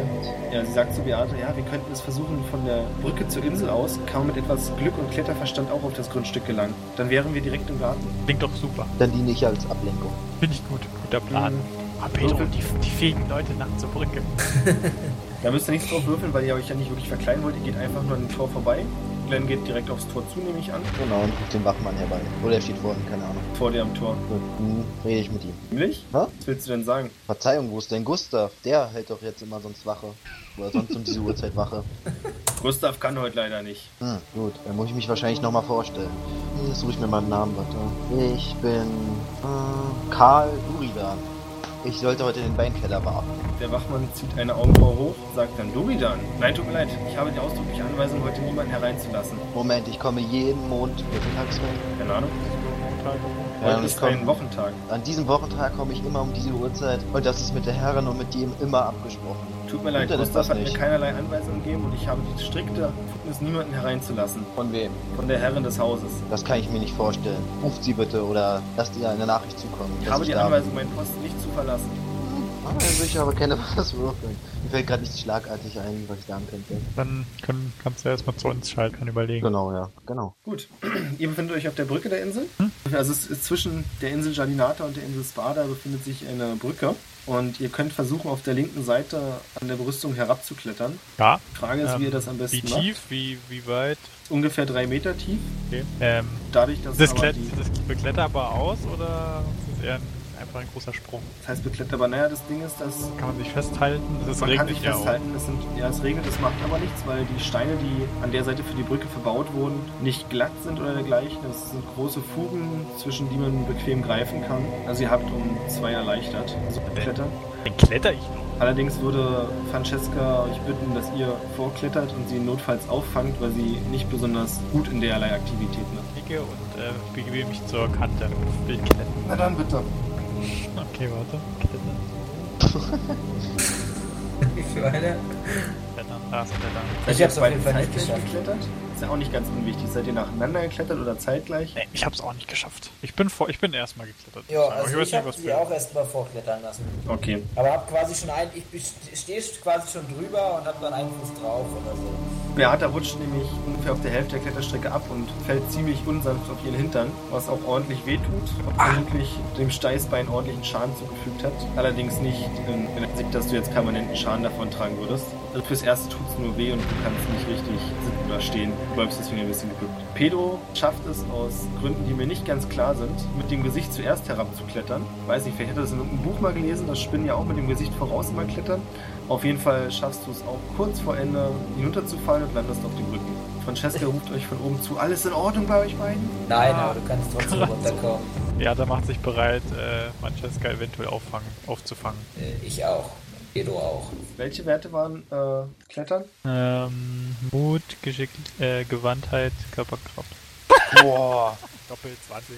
S3: ja, sie sagt zu Beate, ja, wir könnten es versuchen, von der Brücke zur Insel aus, kaum mit etwas Glück und Kletterverstand auch auf das Grundstück gelangen. Dann wären wir direkt im Garten.
S2: Klingt doch super.
S1: Dann diene ich als Ablenkung.
S2: Finde ich gut. Guter Plan. Ah, Pedro, die, die fähigen Leute nachts zur Brücke.
S3: Da müsst ihr nichts drauf würfeln, weil ihr euch ja nicht wirklich verkleinern wollt. Ihr geht einfach nur an dem Tor vorbei. Glenn geht direkt aufs Tor zu, nehme ich an.
S1: Genau, und ruft den Wachmann herbei. Oder er steht vor ihm, keine Ahnung.
S3: Vor dir am Tor.
S1: Gut, hm, rede ich mit ihm.
S3: Nämlich?
S1: Hä?
S3: Was willst du denn sagen?
S1: Verzeihung, wo ist denn Gustav? Der hält doch jetzt immer sonst Wache. Oder sonst um diese Uhrzeit Wache.
S3: Gustav kann heute leider nicht.
S1: Hm, gut, dann muss ich mich wahrscheinlich nochmal vorstellen. Hm, Jetzt suche ich mir meinen Namen, warte. Ich bin äh, Karl Uridan. Ich sollte heute den Weinkeller warten.
S3: Der Wachmann zieht eine Augenbraue hoch, sagt dann Doridan. Nein, tut mir leid. Ich habe die ausdrückliche Anweisung, heute niemanden hereinzulassen.
S1: Moment, ich komme jeden Mond. Wie viel Tages-
S3: Keine Ahnung.
S1: Ja, Ja,
S3: Heute
S1: das
S3: ist kein Wochentag.
S1: An diesem Wochentag komme ich immer um diese Uhrzeit und das ist mit der Herren und mit dem immer abgesprochen.
S3: Tut mir leid,
S1: Tut er das
S3: Gustav
S1: das
S3: hat mir
S1: nicht?
S3: keinerlei Anweisungen gegeben und ich habe die strikte Befugnis, niemanden hereinzulassen.
S1: Von wem?
S3: Von der Herrin des Hauses.
S1: Das kann ich mir nicht vorstellen. Ruft sie bitte oder lasst ihr eine Nachricht zukommen.
S3: Ich
S1: dass
S3: habe die
S1: da bin.
S3: Anweisung, meinen Posten nicht zu verlassen.
S1: Ah, dann will ich aber keine was würfeln. Mir fällt gerade nichts schlagartig ein, was ich sagen könnte.
S2: Dann können, kannst du ja erstmal zu uns schalten und überlegen.
S1: Genau, ja. Genau.
S3: Gut, ihr befindet euch auf der Brücke der Insel.
S1: Hm?
S3: Also es ist zwischen der Insel Jalinata und der Insel Spada befindet sich eine Brücke. Und ihr könnt versuchen, auf der linken Seite an der Brüstung herabzuklettern.
S2: Ja.
S3: Die Frage ist,
S2: Ähm,
S3: wie ihr das am besten
S2: Wie
S3: macht.
S2: tief, wie, wie weit?
S3: Ungefähr drei Meter tief.
S2: Okay. Ähm,
S3: Dadurch, dass
S2: das,
S3: aber
S2: klett,
S3: die-
S2: das bekletterbar aus oder ist es eher ein, einfach ein großer Sprung?
S3: das heißt beklettert, aber naja, das Ding ist, dass
S2: Kann man sich festhalten? Das
S3: Man kann
S2: regnet
S3: sich
S2: ja auch.
S3: festhalten, es, sind, ja, es regnet, es macht aber nichts, weil die Steine, die an der Seite für die Brücke verbaut wurden, nicht glatt sind oder dergleichen. Es sind große Fugen, zwischen die man bequem greifen kann. Also ihr habt um zwei erleichtert, so zu klettern.
S2: Dann kletter ich noch.
S3: Allerdings würde Francesca euch bitten, dass ihr vorklettert und sie notfalls auffangt, weil sie nicht besonders gut in derlei Aktivitäten ist.
S2: Knicke und äh, begebe mich zur Kante. Will klettern.
S3: Na dann bitte.
S2: Okay, warte. Klettern.
S4: Wie viel weiter?
S2: Klettern. Da ist Klettern.
S3: Also
S4: Ich hab's auf jeden Fall nicht geschafft.
S3: geklettert. Ist ja auch nicht ganz unwichtig. Seid ihr nacheinander geklettert oder zeitgleich?
S2: Nee, ich hab's auch nicht geschafft. Ich bin vor, ich bin erstmal geklettert.
S4: Ja,
S2: Aber
S4: also
S2: weiß nicht,
S4: ich hab
S2: was
S4: sie
S2: für-
S4: auch erstmal vorklettern lassen.
S3: Okay.
S4: Aber hab quasi schon ein, ich stehe quasi schon drüber und hab dann einen Fuß drauf oder so.
S3: Beata rutscht nämlich ungefähr auf der Hälfte der Kletterstrecke ab und fällt ziemlich unsanft auf ihren Hintern, was auch ordentlich wehtut und vermutlich dem Steißbein ordentlichen Schaden zugefügt hat. Allerdings nicht in in der Hinsicht, dass du jetzt permanenten Schaden davon tragen würdest. Also fürs Erste tut's nur weh und du kannst nicht richtig sitzen oder stehen. Du bleibst deswegen ein bisschen gebückt. Pedro schafft es aus Gründen, die mir nicht ganz klar sind, mit dem Gesicht zuerst herabzuklettern. Weiß nicht, vielleicht hätte er das in irgendeinem Buch mal gelesen, dass Spinnen ja auch mit dem Gesicht voraus immer klettern. Auf jeden Fall schaffst du es auch kurz vor Ende hinunterzufallen und landest auf dem Rücken. Francesca ruft euch von oben zu, alles in Ordnung bei euch beiden?
S4: Nein,
S2: Ah,
S4: aber du kannst trotzdem
S2: krass.
S4: runterkommen.
S2: Ja, da macht sich bereit, äh, Francesca eventuell auffangen, aufzufangen.
S4: Äh, Ich auch. Edo auch.
S3: Welche Werte waren äh, Klettern?
S2: Ähm, Mut, Geschick, äh, Gewandtheit, Körperkraft.
S3: Boah.
S2: Doppel 20.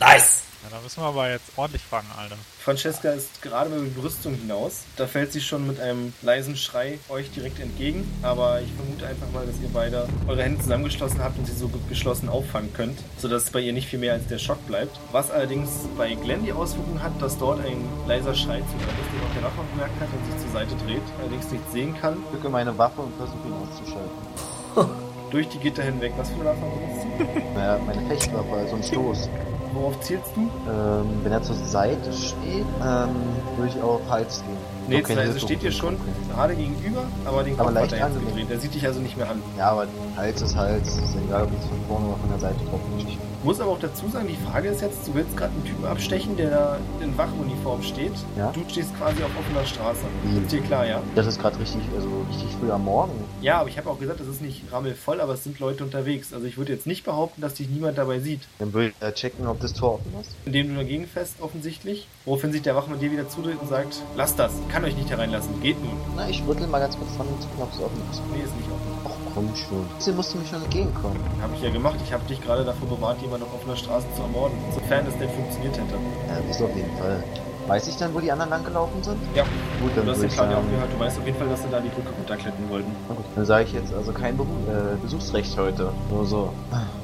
S4: Nice!
S2: Ja, da müssen wir aber jetzt ordentlich fangen, Alter.
S3: Francesca ist gerade über die Brüstung hinaus. Da fällt sie schon mit einem leisen Schrei euch direkt entgegen. Aber ich vermute einfach mal, dass ihr beide eure Hände zusammengeschlossen habt und sie so geschlossen auffangen könnt, sodass bei ihr nicht viel mehr als der Schock bleibt. Was allerdings bei Glenn die Auswirkung hat, dass dort ein leiser Schrei zu hören ist, den auch der Wachmann bemerkt hat und sich zur Seite dreht, allerdings nichts sehen kann.
S1: Ich drücke meine Waffe und versuche ihn auszuschalten.
S3: Durch die Gitter hinweg. Was für eine Waffe benutzt du?
S1: Naja, meine Fechtwaffe, also ein Stoß.
S3: Worauf zielst du?
S1: Ähm, wenn er zur Seite steht, ähm, würde ich auf Hals gehen.
S3: Nee,
S1: Okay,
S3: okay, also
S1: Hilfe.
S3: steht dir schon
S1: Okay.
S3: gerade gegenüber, aber den
S1: Aber
S3: Kopf hat
S1: leicht
S3: er jetzt
S1: angelehnt.
S3: gedreht. Er sieht dich also nicht mehr an.
S1: Ja, aber Hals ist Hals. Ist egal, ob ich von vorne oder von der Seite drauf bin.
S3: Muss aber auch dazu sagen, die Frage ist jetzt, du willst gerade einen Typen abstechen, der da in Wachuniform steht.
S1: Ja.
S3: Du stehst quasi auf offener Straße.
S1: Mhm.
S3: Ist dir klar, ja?
S1: Das ist gerade richtig, also richtig früh am Morgen.
S3: Ja, aber ich habe auch gesagt, das ist nicht rammelvoll, aber es sind Leute unterwegs. Also ich würde jetzt nicht behaupten, dass dich niemand dabei sieht.
S1: Dann würde ich äh, checken, ob das Tor offen ist.
S3: Indem du dagegen fest, offensichtlich. Woraufhin sich der Wachmann dir wieder zudreht und sagt, lasst das, ich kann euch nicht hereinlassen, geht nun.
S1: Na, ich rüttel mal ganz kurz dran und gucke, ob es offen ist.
S3: Nee, ist nicht offen.
S1: Ach komm schon. Sie musste mir schon entgegenkommen.
S3: Habe ich ja gemacht. Ich habe dich gerade davor bewahrt, jemanden auf offener Straße zu ermorden. Sofern es denn funktioniert hätte.
S1: Ja, das ist auf jeden Fall. Weiß ich dann, wo die anderen langgelaufen sind?
S3: Ja.
S1: Gut, dann
S3: Du hast
S1: würde
S3: den
S1: ich
S3: Plan ja auch
S1: sagen.
S3: gehört. Du weißt auf jeden Fall, dass sie da die Brücke runterklettern wollten.
S1: Na gut, dann sage ich jetzt also kein Beru äh, Besuchsrecht heute. Nur so.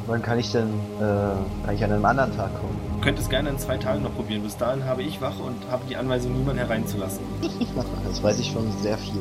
S1: Wann kann ich denn, äh, kann ich an einem anderen Tag kommen?
S3: Du könntest gerne in zwei Tagen noch probieren. Bis dahin habe ich Wache und habe die Anweisung, niemanden hereinzulassen.
S1: Das weiß ich schon sehr viel.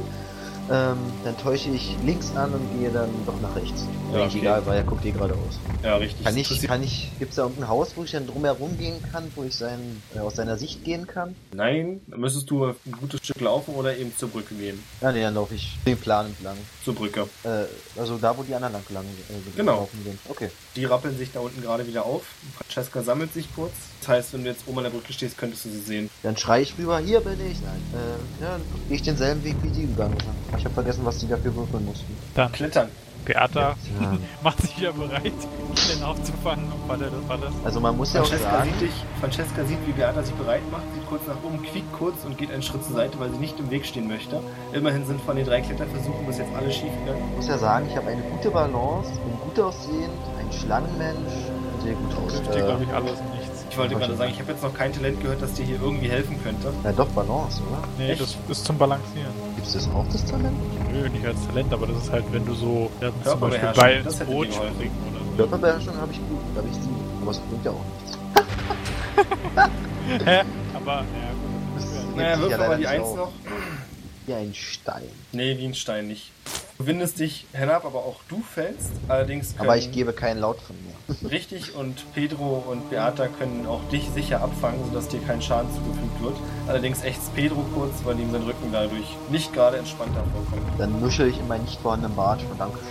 S1: Ähm, dann täusche ich links an und gehe dann doch nach rechts.
S3: Ja,
S1: Eigentlich
S3: okay.
S1: Egal, weil er guckt eh geradeaus.
S3: Ja, richtig.
S1: Kann
S3: Das
S1: ich,
S3: interessiert-
S1: kann ich, gibt's da irgendein Haus, wo ich dann drumherum gehen kann, wo ich sein, äh, aus seiner Sicht gehen kann?
S3: Nein, dann müsstest du ein gutes Stück laufen oder eben zur Brücke gehen.
S1: Ja, nee, dann laufe ich den Plan entlang.
S3: Zur Brücke.
S1: Äh, also da, wo die anderen lang gelangen, äh,
S3: Genau.
S1: gelaufen sind. Okay.
S3: Die rappeln sich da unten gerade wieder auf. Francesca sammelt sich kurz. Das heißt, wenn du jetzt oben an der Brücke stehst, könntest du sie sehen.
S1: Dann schrei ich rüber, hier bin ich. Nein. Äh, ja, dann gehe ich denselben Weg wie die gegangen sind. Ich habe vergessen, was die dafür würfeln mussten.
S2: Dann
S3: Klettern.
S2: Beata
S1: Ja.
S2: macht sich wieder bereit, mich dann aufzufangen. Und warte, das war das.
S1: Also man muss ja auch
S3: Francesca
S1: sagen,
S3: sieht dich. Francesca sieht, wie Beata sich bereit macht, sieht kurz nach oben, quiekt kurz und geht einen Schritt zur Seite, weil sie nicht im Weg stehen möchte. Immerhin sind von den drei Kletterversuchen bis jetzt alle schief gegangen.
S1: ich muss ja sagen, ich habe eine gute Balance, bin gut aussehend, ein Schlangenmensch, sehr gut aus.
S2: Hilft dir,
S1: Äh,
S2: glaube ich, alles nichts.
S3: Ich wollte gerade sagen, ich habe jetzt noch kein Talent gehört, das dir hier irgendwie helfen könnte.
S1: Na doch, Balance, oder?
S2: Nee,
S3: Echt?
S2: das ist zum Balancieren.
S1: Gibt's das auch, das Talent?
S2: Nö, nicht als Talent, aber das ist halt, wenn du so ja, zum Beispiel
S3: Körperbeherrschung,
S2: bei ins
S3: das hätte
S2: Boot
S3: dir geholfen.
S2: springen oder so.
S1: Körperbeherrschung habe ich gut, da habe ich sieben. Aber es bringt ja auch nichts.
S2: Hä? Aber, ja, gut.
S1: Das ist
S3: Naja, wirf
S1: ja
S3: aber
S1: leider
S3: die
S1: nicht
S3: 1
S1: auf.
S3: noch.
S1: Wie ein Stein.
S3: Nee, wie ein Stein nicht. Du windest dich hinab, aber auch du fällst. Allerdings können
S1: Aber ich gebe keinen Laut von mir.
S3: richtig und Pedro und Beata können auch dich sicher abfangen, sodass dir kein Schaden zugefügt wird. Allerdings ächzt Pedro kurz, weil ihm sein Rücken dadurch nicht gerade entspannter vorkommt.
S1: Dann nuschel ich in meinen nicht vorhandenen Bart und Dankeschön.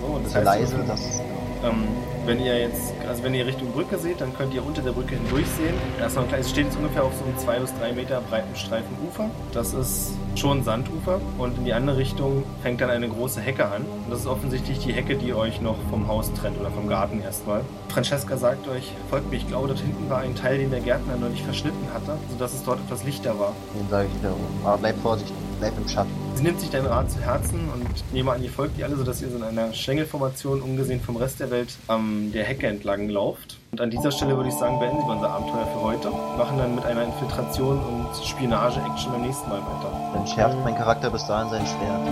S3: So, und
S1: Das
S3: das
S1: ist ja
S3: heißt,
S1: leise, das ist.
S3: Ähm, wenn ihr jetzt, also wenn ihr Richtung Brücke seht, dann könnt ihr unter der Brücke hindurch sehen. Das ist noch ein kleines, steht jetzt ungefähr auf so einem 2 bis 3 Meter breiten Streifen Ufer. Das ist schon Sandufer und in die andere Richtung fängt dann eine große Hecke an. Und das ist offensichtlich die Hecke, die euch noch vom Haus trennt oder vom Garten erstmal. Francesca sagt euch, folgt mir, ich glaube, dort hinten war ein Teil, den der Gärtner neulich verschnitten hatte, sodass es dort etwas lichter war.
S1: Dann sage ich wiederum. Aber bleib vorsichtig, bleib im Schatten.
S3: Sie nimmt sich deinen Rat zu Herzen und ich nehme an, ihr folgt ihr alle, sodass ihr so in einer Schlängelformation, ungesehen vom Rest der Welt, am der Hecke entlang lauft. Und an dieser Stelle würde ich sagen, beenden wir unser Abenteuer für heute. Machen dann mit einer Infiltration und Spionage-Action beim nächsten Mal weiter.
S1: Dann schärft mein Charakter bis dahin sein Schwert.